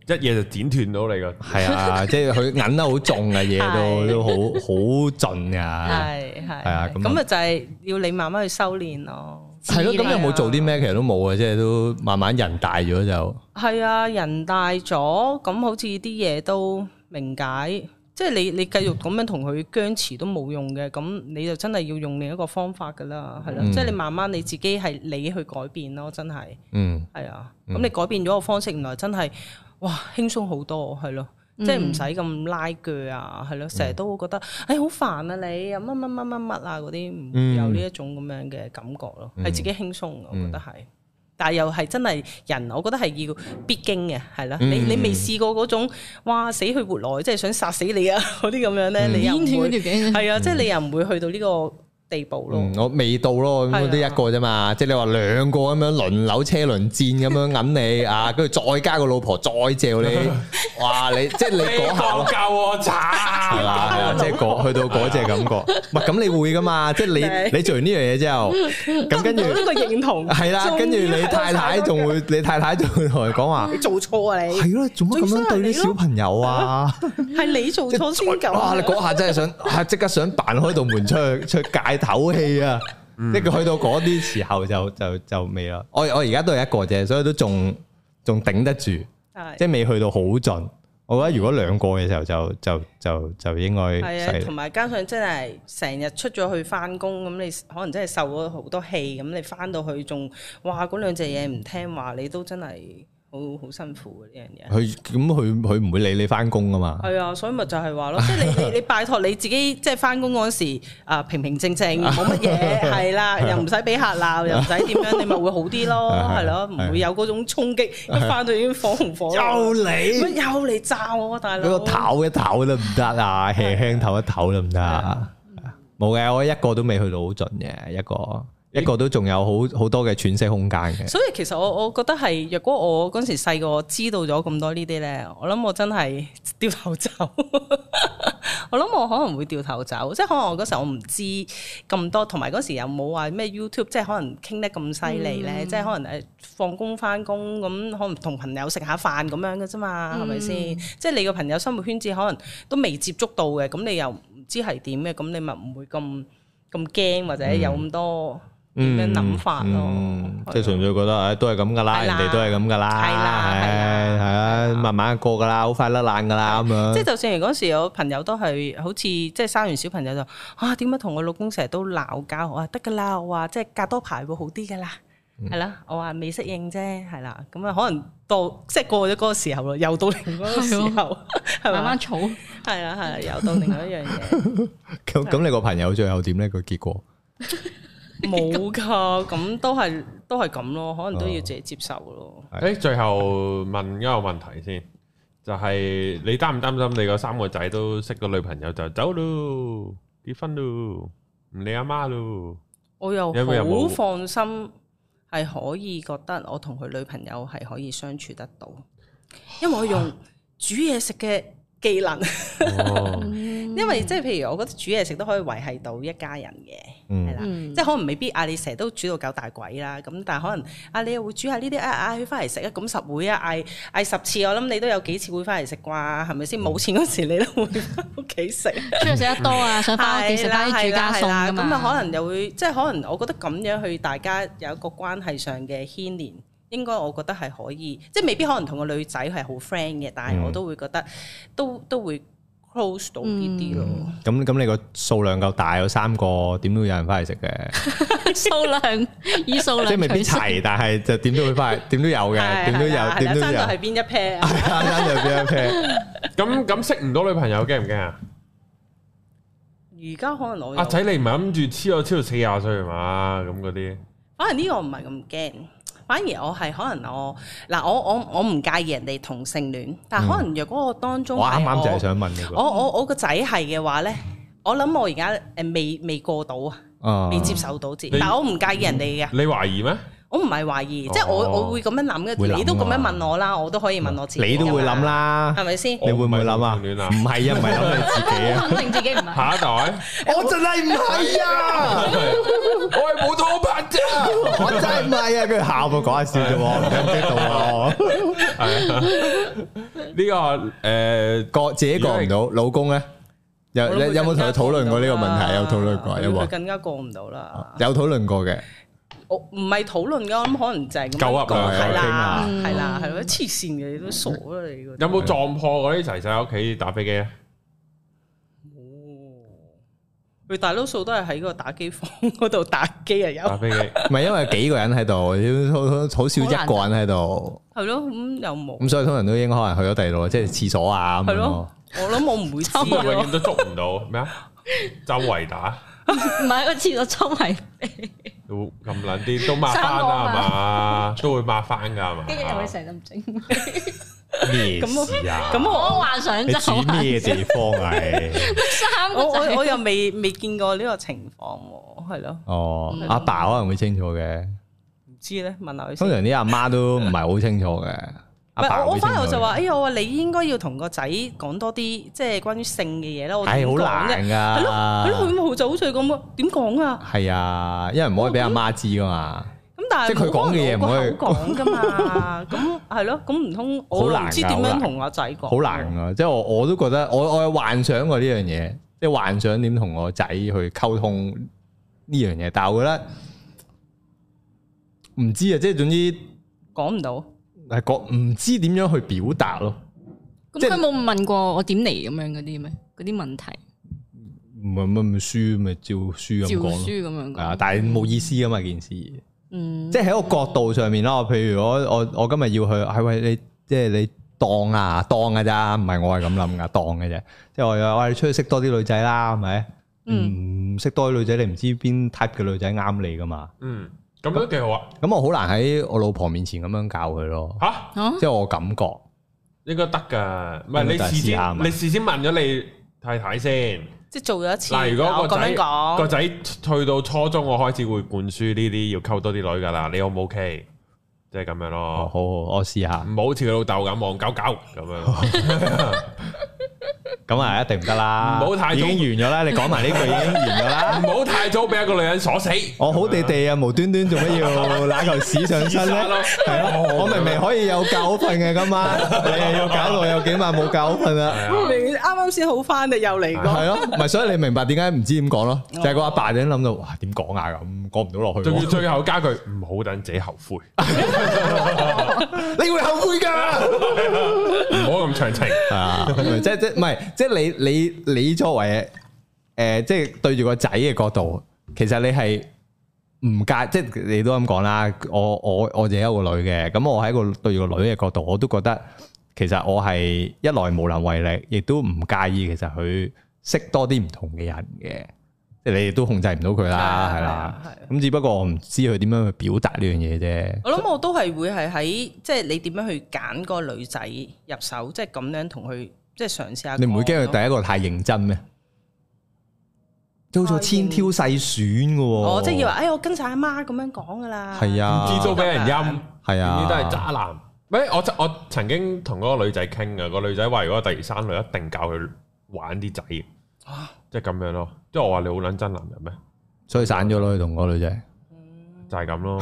S1: 一嘢就剪斷到你個。
S3: 係 啊，即係佢揞得好重嘅嘢都
S4: 係
S3: 都好好盡㗎。
S4: 係係
S3: 係啊咁
S4: 咁咪就係要你慢慢去修練咯。
S3: 係咯，咁
S2: 似呢
S3: 有冇做啲咩？其實都冇啊，即係都慢慢人大咗就，
S4: 係啊，人大咗，咁好似啲嘢都明解，即係你你繼續咁樣同佢僵持都冇用嘅，咁你就真係要用另一個方法噶啦，係啦，
S3: 嗯
S4: 即係你慢慢你自己係你去改變咯，真係
S3: 嗯
S4: 係啊，
S3: 嗯
S4: 咁你改變咗個方式，原來真係哇輕鬆好多，係咯。即係唔使咁拉鋸啊，
S3: 嗯
S4: 係咯，成日都會覺得，誒好煩啊你啊乜乜乜乜乜啊嗰啲，唔
S3: 嗯
S4: 會有呢一種咁樣嘅感覺咯，係自己輕鬆嘅，我覺
S3: 嗯
S4: 得係。但係又係真係人，我覺得係要必經嘅，係
S3: 嗯
S4: 啦。你你未試過嗰種，哇死去活來，即係想殺死你啊嗰啲咁樣
S3: 嗯
S4: 咧，你又
S2: 剪斷
S4: 唔
S2: 嗰
S4: 會
S2: 條頸，
S4: 係啊，即係你又唔會去到呢個地步咯。
S3: 嗯，我未到咯，咁
S4: 係啊
S3: 都一個啫嘛，即係你話兩個咁樣輪流車輪戰咁樣 揞你啊，跟住再加個老婆再嚼你，哇！你即係你嗰下咯，
S1: 救我
S3: 係
S1: 慘！
S3: 啦，係啦，即係嗰去到嗰只感 覺，唔係咁你會噶嘛，即係
S4: 係
S3: 你你做完呢樣嘢之後，咁跟住
S4: 呢個認 同
S3: 係啦，跟住你太太仲會，你太太仲會同佢講話，
S4: 你做錯啊你，
S3: 係咯，做乜咁樣對啲小朋友啊？
S4: 係你做
S3: 即係
S4: 錯先咁
S3: 哇！
S4: 啊。
S3: 你嗰下真係 想，啊即刻想扮開道門出去出界唞氣啊！即係佢去到嗰啲時候就就就未啦。我我而家都係一個啫，所以都仲仲頂得住，
S4: 係
S3: 即係未去到好盡。我覺得如果兩個嘅時候就就就就應該
S4: 係啊，
S3: 細
S4: 同埋加上真係成日出咗去翻工，咁你可能真係受咗好多氣，咁你翻到去仲哇嗰兩隻嘢唔聽話，你都真係好好辛苦啊嘅呢樣嘢。
S3: 佢咁佢佢唔會理你翻工噶嘛。
S4: 係啊，所以咪就係話咯，即係你你你拜託你自己，即係翻工嗰時啊平平靜 靜，冇乜嘢，係啦，又唔使俾客鬧，又唔使點樣，你咪會好啲咯， 係啊咯，唔會有嗰種衝擊，一翻到已經火紅 火
S3: 又
S4: 綠，乜
S3: 你
S4: 又嚟炸我啊大
S3: 嗰
S4: 佬！
S3: 個唞一唞得唔得啊？輕輕唞一唞得唔得啊？冇冇嘅，我一個都未去到好盡嘅，一個一個都仲有好好多嘅喘息空間嘅。
S4: 所以其實我我覺得係，若果我嗰陣時細個知道咗咁多呢啲咧，我諗我真係掉頭走。 我諗我可能會掉頭走，即係可能我嗰時候我唔知咁多，同埋嗰時又冇話咩 YouTube，即係可能傾得咁犀利咧，即係可能誒放工翻工咁，可能同朋友食下飯咁樣嘅啫嘛，係咪先？即係你個朋友生活圈子可能都未接觸到嘅，咁你又唔知係點嘅，咁你咪唔會咁咁驚或者有咁多點樣諗法咯。
S3: 嗯
S4: 係
S3: 即係
S4: 啊
S3: 純粹覺得，唉，都係咁噶啦，人
S4: 係啦
S3: 哋都係咁噶啦，
S4: 係啦
S3: 唉
S4: 係
S3: 係
S4: 啦
S3: 啊，慢慢過噶啦，好快甩爛噶啦，咁
S2: 啊
S4: 即係
S3: 樣。
S4: 就算如嗰時有朋友都係好似即係生完小朋友就啊點解同我老公成日都鬧交？我話得㗎啦，我話即係隔多排會好啲㗎啦，
S2: 嗯
S4: 係啦、我話未適應啫，係啦，咁啊可能到 即係過咗嗰個時候咯，又到另外一個時候，係
S2: 慢
S4: 咪
S2: 慢？儲，
S4: 係啦係啦，又到另外一 樣嘢，
S3: 咁咁，你個朋友最後點呢？個結果
S4: 冇㗎，咁都係都係咁咯，可能都要自己接受咯。
S1: 誒，最後問一個問題先，就係你擔唔擔心你個三個仔都識個女朋友就走咯，結婚咯，唔理阿媽咯？
S4: 我又
S1: 有冇有冇
S4: 好放心，係可以覺得我同佢女朋友係可以相處得到，因為我用煮嘢食嘅技能，
S1: 哦，
S4: 因為即係譬如我覺得煮嘢食都可以維係到一家人嘅，
S3: 嗯
S4: 係啦，
S2: 嗯
S4: 即係可能未必嗌你成日都煮到夠大鬼啦，咁但係可能啊你又會煮下呢啲啊嗌佢翻嚟食啊，咁實會啊嗌嗌十次，我諗你都有幾次會翻嚟食啩，係咪先？冇錢嗰時你都會翻屋企食。
S2: 出去食得多啊，想翻屋企食
S4: 係啦
S2: 翻啲住家餸
S4: 係啦
S2: 噶
S4: 係啦
S2: 嘛。
S4: 咁啊， 可能又會即係可能，我覺得咁樣去大家有一個關係上嘅牽連，應該我覺得係可以，即係未必可能同個女仔係好 friend 嘅，但
S3: 嗯
S4: 係我都會覺得都都會 close 到呢啲
S3: 嗯
S4: 咯。
S3: 咁咁，你個數量夠大，有三個，點都有人翻嚟食嘅。
S2: 數量以數量
S3: 即係未必
S2: 取勝
S3: 齊，但係就點都會翻嚟， 點都有
S2: 嗯
S3: 嘅，
S4: 係
S3: 啊點都有
S4: 係啦，
S3: 點都
S4: 係啦爭
S3: 有
S4: 在係。邊一 pair 啊？
S3: 單 單就邊一 pair？
S1: 咁咁識唔到女朋友驚唔驚啊？
S4: 而家可能我
S1: 阿
S4: 有
S1: 仔你唔係諗住黐我黐到四廿歲係嘛？咁嗰啲
S4: 反而呢個唔係咁驚，反而我係可能我嗱我我我唔介意人哋同性戀，但係可能若果我當中
S3: 嗯我啱
S4: 係
S3: 啱就係
S4: 我
S3: 想問呢
S4: 我我我個仔係嘅話咧，我諗我而家誒未未過到啊，
S3: 個。啊嗯
S4: 未接受到自己
S1: 你，
S4: 但我唔介意人哋嘅，
S1: 你懷疑咩？
S4: 我唔係懷疑，即係
S3: 哦
S4: 我我會咁樣諗
S3: 會諗啊
S4: 嘅。你都咁樣問我啦，我都可以問我自己，
S3: 你都會諗，啦，
S4: 係咪先？
S3: 你會唔會諗啊？
S1: 我唔係同性戀啊
S3: 唔係啊，唔係諗你自己啊。
S2: 肯定自己唔係。
S1: 下一代，
S3: 我真係唔係啊！
S1: 我係冇拖拍啫。
S3: 我真係唔係啊！佢喊我講下笑 啫喎，唔聽到啊！
S1: 呢個誒
S3: 過自己過唔到，老公咧有
S4: 我諗佢
S3: 呃有冇同佢討論過呢個問題？有討論過有
S4: 佢
S3: 冇？啊
S4: 更加過唔到啦。
S3: 有討論過嘅，
S4: 我唔係討論㗎，我諗可能就係咁樣
S1: 夠噏
S4: 講
S1: 啦
S3: 啊
S4: 係
S3: 傾
S4: 啦
S3: 下，
S4: 係啦，係咯，黐線嘅，你都傻啦你個。
S1: 有冇撞破嗰啲仔仔喺屋企打飛機咧？
S4: 佢大多數都係喺個打機房嗰度打機啊，有
S1: 打飛機。
S3: 唔係因為幾個人喺度，好好少一個人喺度，
S4: 係咯，咁又冇。
S3: 咁所以通常都應該可能去咗第二度，即係廁所啊咁
S4: 係
S3: 樣咯
S4: 咯。，我諗我唔會知
S1: 知道 永
S4: 咯
S1: 遠。都捉唔到咩啊？周圍打
S2: 唔係個廁所周
S1: 會
S2: 圍，
S1: 咁撚啲都抹翻啦係嘛，都會抹翻噶係嘛？
S2: 跟住又會成日咁整。
S3: 咩
S4: 咁我
S3: 事啊？
S4: 咁
S2: 我
S4: 我
S2: 幻想
S3: 你
S2: 就
S3: 指
S2: 係
S3: 咩地方啊？你
S2: 三
S4: 我
S2: 個仔
S4: 我我又未未見過呢個情況喎，係咯，
S3: 哦，阿爸可能會清楚嘅，
S4: 唔知咧，問下佢
S3: 通
S4: 先。
S3: 常啲阿媽都唔係好清楚嘅。
S4: 唔
S3: 阿爸
S4: 係我
S3: 會
S4: 我
S3: 清
S4: 翻
S3: 楚
S4: 嚟我就
S3: 嘅
S4: 話，哎呀，我話你應該要同個仔講多啲，即係關於性嘅嘢啦。我
S3: 唉，
S4: 點
S3: 好
S4: 講
S3: 難
S4: 啫？
S3: 噶，
S4: 係咯係咯，佢冇就好似咁啊，點講啊？
S3: 係啊，因為唔可以俾阿媽知噶嘛，
S4: 咁但係
S3: 即係佢講嘅嘢唔可以
S4: 冇可能我個口 講噶嘛。咁係咯，咁唔通我
S3: 好難
S4: 唔
S3: 㗎
S4: 知點樣同阿仔
S2: 哦
S4: 講？
S3: 好難噶。即係我我都覺得，我我有幻想過呢樣嘢，即係幻想點同我仔去溝通呢樣嘢，但係我覺得唔知啊，即係總之
S4: 講唔到。
S3: 係講唔知點樣去表達咯，即
S2: 咁
S3: 係
S2: 佢冇問過我點嚟咁樣嗰啲咩？嗰啲問題
S3: 唔係乜咪書咪照書咁
S2: 照
S3: 講
S2: 書
S3: 咯。
S2: 咁樣
S3: 係啊，
S2: 講。
S3: 但係冇意思噶嘛件事。
S2: 嗯，
S3: 即係喺個角度上面啦，我譬如我我我今日要去，係喂你，即係你當啊當嘅咋，唔係我係咁諗噶，當嘅啫。即係我又話你出去識多啲女仔啦，係咪？唔識多啲女仔，你唔知邊 type 嘅女仔啱你噶嘛？
S1: 嗯，咁都幾好啊！
S3: 咁我好難喺我老婆面前咁樣教佢咯，
S1: 吓，
S2: 啊
S3: 即係我感覺
S1: 應該得噶，唔係
S3: 應該
S1: 你
S3: 得
S1: 事
S3: 試下
S1: 先
S3: 嘛
S1: 你事先問咗你太太先，
S4: 即係做咗一次。
S1: 嗱，如果
S4: 我
S1: 個
S4: 咁
S1: 仔
S4: 樣講
S1: 個仔去到初中，我開始會灌輸呢啲要溝多啲女噶啦，你 O 唔 OK？即係咁樣
S3: 哦，好
S1: 咯，
S3: 好，我試下
S1: 唔。好好似佢老豆咁望狗狗咁樣咯。
S3: 咁啊，一定唔得啦。
S1: 唔好太
S3: 已
S1: 早
S3: 經完咗啦，你講埋呢句已經完咗啦。
S1: 唔好太早俾一個女人鎖死。
S3: 我好地地啊，無端端做乜要揦嚿屎上身 咧？係
S1: 哦
S3: 咯，我明明可以有覺瞓嘅 今晚，你又要搞到我有幾晚冇覺瞓啦。
S4: 你啱啱先好翻，你又嚟過。
S3: 啊係咯，咪所以你明白點解唔知點講咯？就係個阿爸點諗到，哇點講啊咁，講唔到落去
S1: 哦仲要
S3: 喎。
S1: 最後加句唔好等自己後悔，
S3: 你會後悔㗎。
S1: 唔好咁長情。
S3: 係啊，即係即係唔係，即係你你你作為誒、呃即係對住個仔嘅角度，其實你係唔介，即係你都咁講啦。我我我自己有個女嘅，咁我喺個對住個女嘅角度，我都覺得其實我係一來無能為力，亦都唔介意其實佢識多啲唔同嘅人嘅，即係你亦都控制唔到佢啦，
S4: 係啊
S3: 係
S4: 係
S3: 啦
S4: 啊係啊。
S3: 咁只不過我唔知佢點樣去表達呢樣嘢啫。
S4: 我諗我都係會係喺即係你點樣去揀個女仔入手，即係咁樣同佢即係嘗試下講咯。
S3: 你唔會驚佢第一個太認真咩？做咗千挑細選嘅喎，
S4: 我即係以為，哎，我跟晒阿媽咁樣講噶啦。
S3: 係啊，
S1: 知道俾人陰，
S3: 係啊
S1: 呢都係渣男。喂，我我曾經同嗰個女仔傾啊，個女仔話如果第二生女一定教佢玩啲仔嘅，即係咁樣咯。即係我話你好撚憎男人咩？
S3: 所以散咗咯，佢同嗰個女仔，
S1: 就係咁 咯。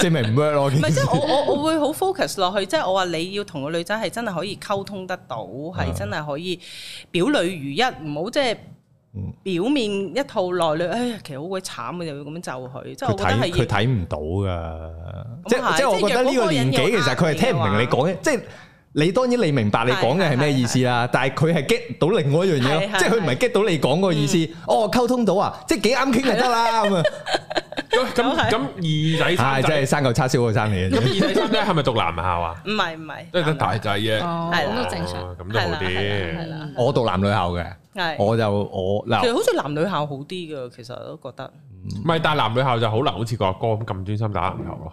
S3: 即係咪唔 work 咯？
S4: 唔係，即係我我我會好 focus 落去，即係我話你要同個女仔係真係可以溝通得到，
S3: 啊
S4: 係真係可以表裏如一，唔好即係
S3: 嗯
S4: 表面一套內裏，哎呀，其實好鬼慘嘅，又要咁樣就佢，即係
S3: 佢
S4: 我覺得
S3: 睇佢
S4: 係要
S3: 睇唔到噶，
S4: 咁
S3: 即係
S4: 係
S3: 即係我覺得呢個年紀
S4: 即係
S3: 其
S4: 若
S3: 實佢係
S4: 果嗰個人
S3: 聽唔明你講嘅，即係。你當然你明白你講嘅係咩意思啦，但係佢係 get 到另外一樣嘢
S4: 係
S3: 咯，
S4: 係嗯
S3: 即係佢唔係 get 到你講個意思，哦溝通到啊，即係幾啱傾就得啦 咁啊，
S1: 咁咁咁二仔三
S3: 唉真係
S1: 仔，
S3: 生嚿叉燒好生你啊
S1: 咁！二仔三仔係咪讀男校啊？
S4: 唔係唔係，
S1: 即係得大仔嘅，
S2: 哦
S4: 係啦
S2: 咁都正常。
S1: 哦咁都
S4: 係
S1: 好
S4: 啦係
S1: 啲。
S4: 啦
S3: 我讀男女校嘅，
S4: 係啦，係。
S3: 我就我
S4: 其
S3: 嗱
S4: 實好似男女校好啲嘅，其實我都覺得
S1: 唔係，但係男女校就好難，好似個阿哥咁咁專心打籃球咯。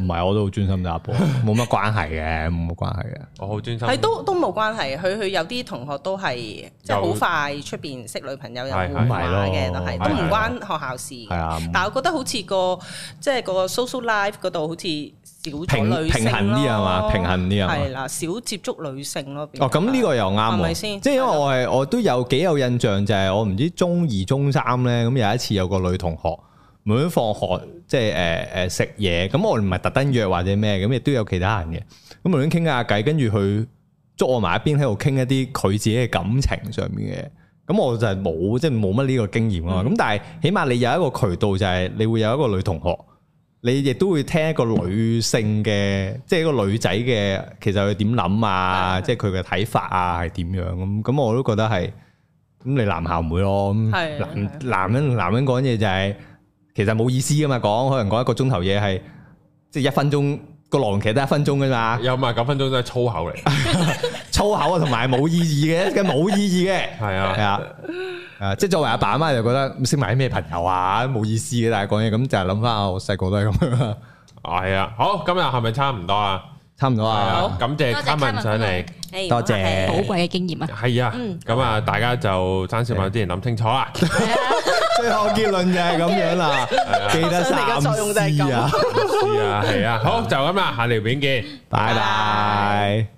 S3: 唔係，我都好專心打 波，冇乜關係嘅，冇乜關係嘅。
S1: 我好專心。
S4: 係都都冇關係。佢佢有啲同學都係即係好快出邊識女朋友有
S1: 係係
S4: 換碼
S3: 係
S4: 嘅，都
S3: 係
S4: 係都唔
S1: 係
S4: 關學校事嘅。
S3: 係啊，
S4: 但係我覺得好似個即係個 social life 嗰度好似少咗
S3: 平
S4: 女性咯
S3: 平衡啲係嘛平衡啲係啊嘛
S4: 係啦，少接觸女性咯。變
S3: 哦，咁呢個又啱
S4: 係
S3: 喎
S4: 咪，先
S3: 即係因為我係我都有幾有印象，就係我唔知中二中三咧，咁有一次有個女同學，每一放學即係誒誒食嘢，咁我唔係特登約或者咩，咁亦都有其他人嘅，咁無端傾下偈，跟住佢捉我埋一邊喺度傾一啲佢自己嘅感情上面嘅，咁我就係冇即係冇乜呢個經驗
S4: 嗯
S3: 啊，咁、但係起碼你有一個渠道就係你會有一個女同學。你亦都會聽一個女性嘅，即係一個女仔嘅，其實佢點諗啊，
S4: 係係
S3: 即係佢嘅睇法啊，係點樣咁？咁我都覺得係，咁你男校唔會咯，咁男
S4: 係係
S3: 男人男人講嘢就係、其實冇意思噶嘛，講可能講一個鐘頭嘢係，即係一分鐘個狼其實得一分鐘噶嘛，
S1: 有埋九分鐘都係粗口嚟，
S3: 粗口啊同埋冇意義嘅，嘅冇意義嘅。
S1: 係
S3: 系
S1: 啊，
S3: 啊，啊，即系作為阿爸阿媽就覺得識埋啲咩朋友啊，冇意思嘅，但係講嘢咁就係諗翻我細個都係咁樣啊，
S1: 係啊。好，今日係咪差唔多啊？
S3: 差唔多
S1: 係
S3: 啊。
S1: 啊，感謝
S2: 多謝
S1: Carmen 上
S2: Carmen
S1: 嚟。
S4: 係
S3: 多謝
S4: 係
S2: 寶貴嘅經驗啊！
S1: 係啊，咁啊，大家就生小朋友之前諗清楚啊。
S3: 最後結論就係咁樣啦，記得三思啊，
S1: 是啊，係啊，好就咁啦，下條片見。
S3: 拜拜。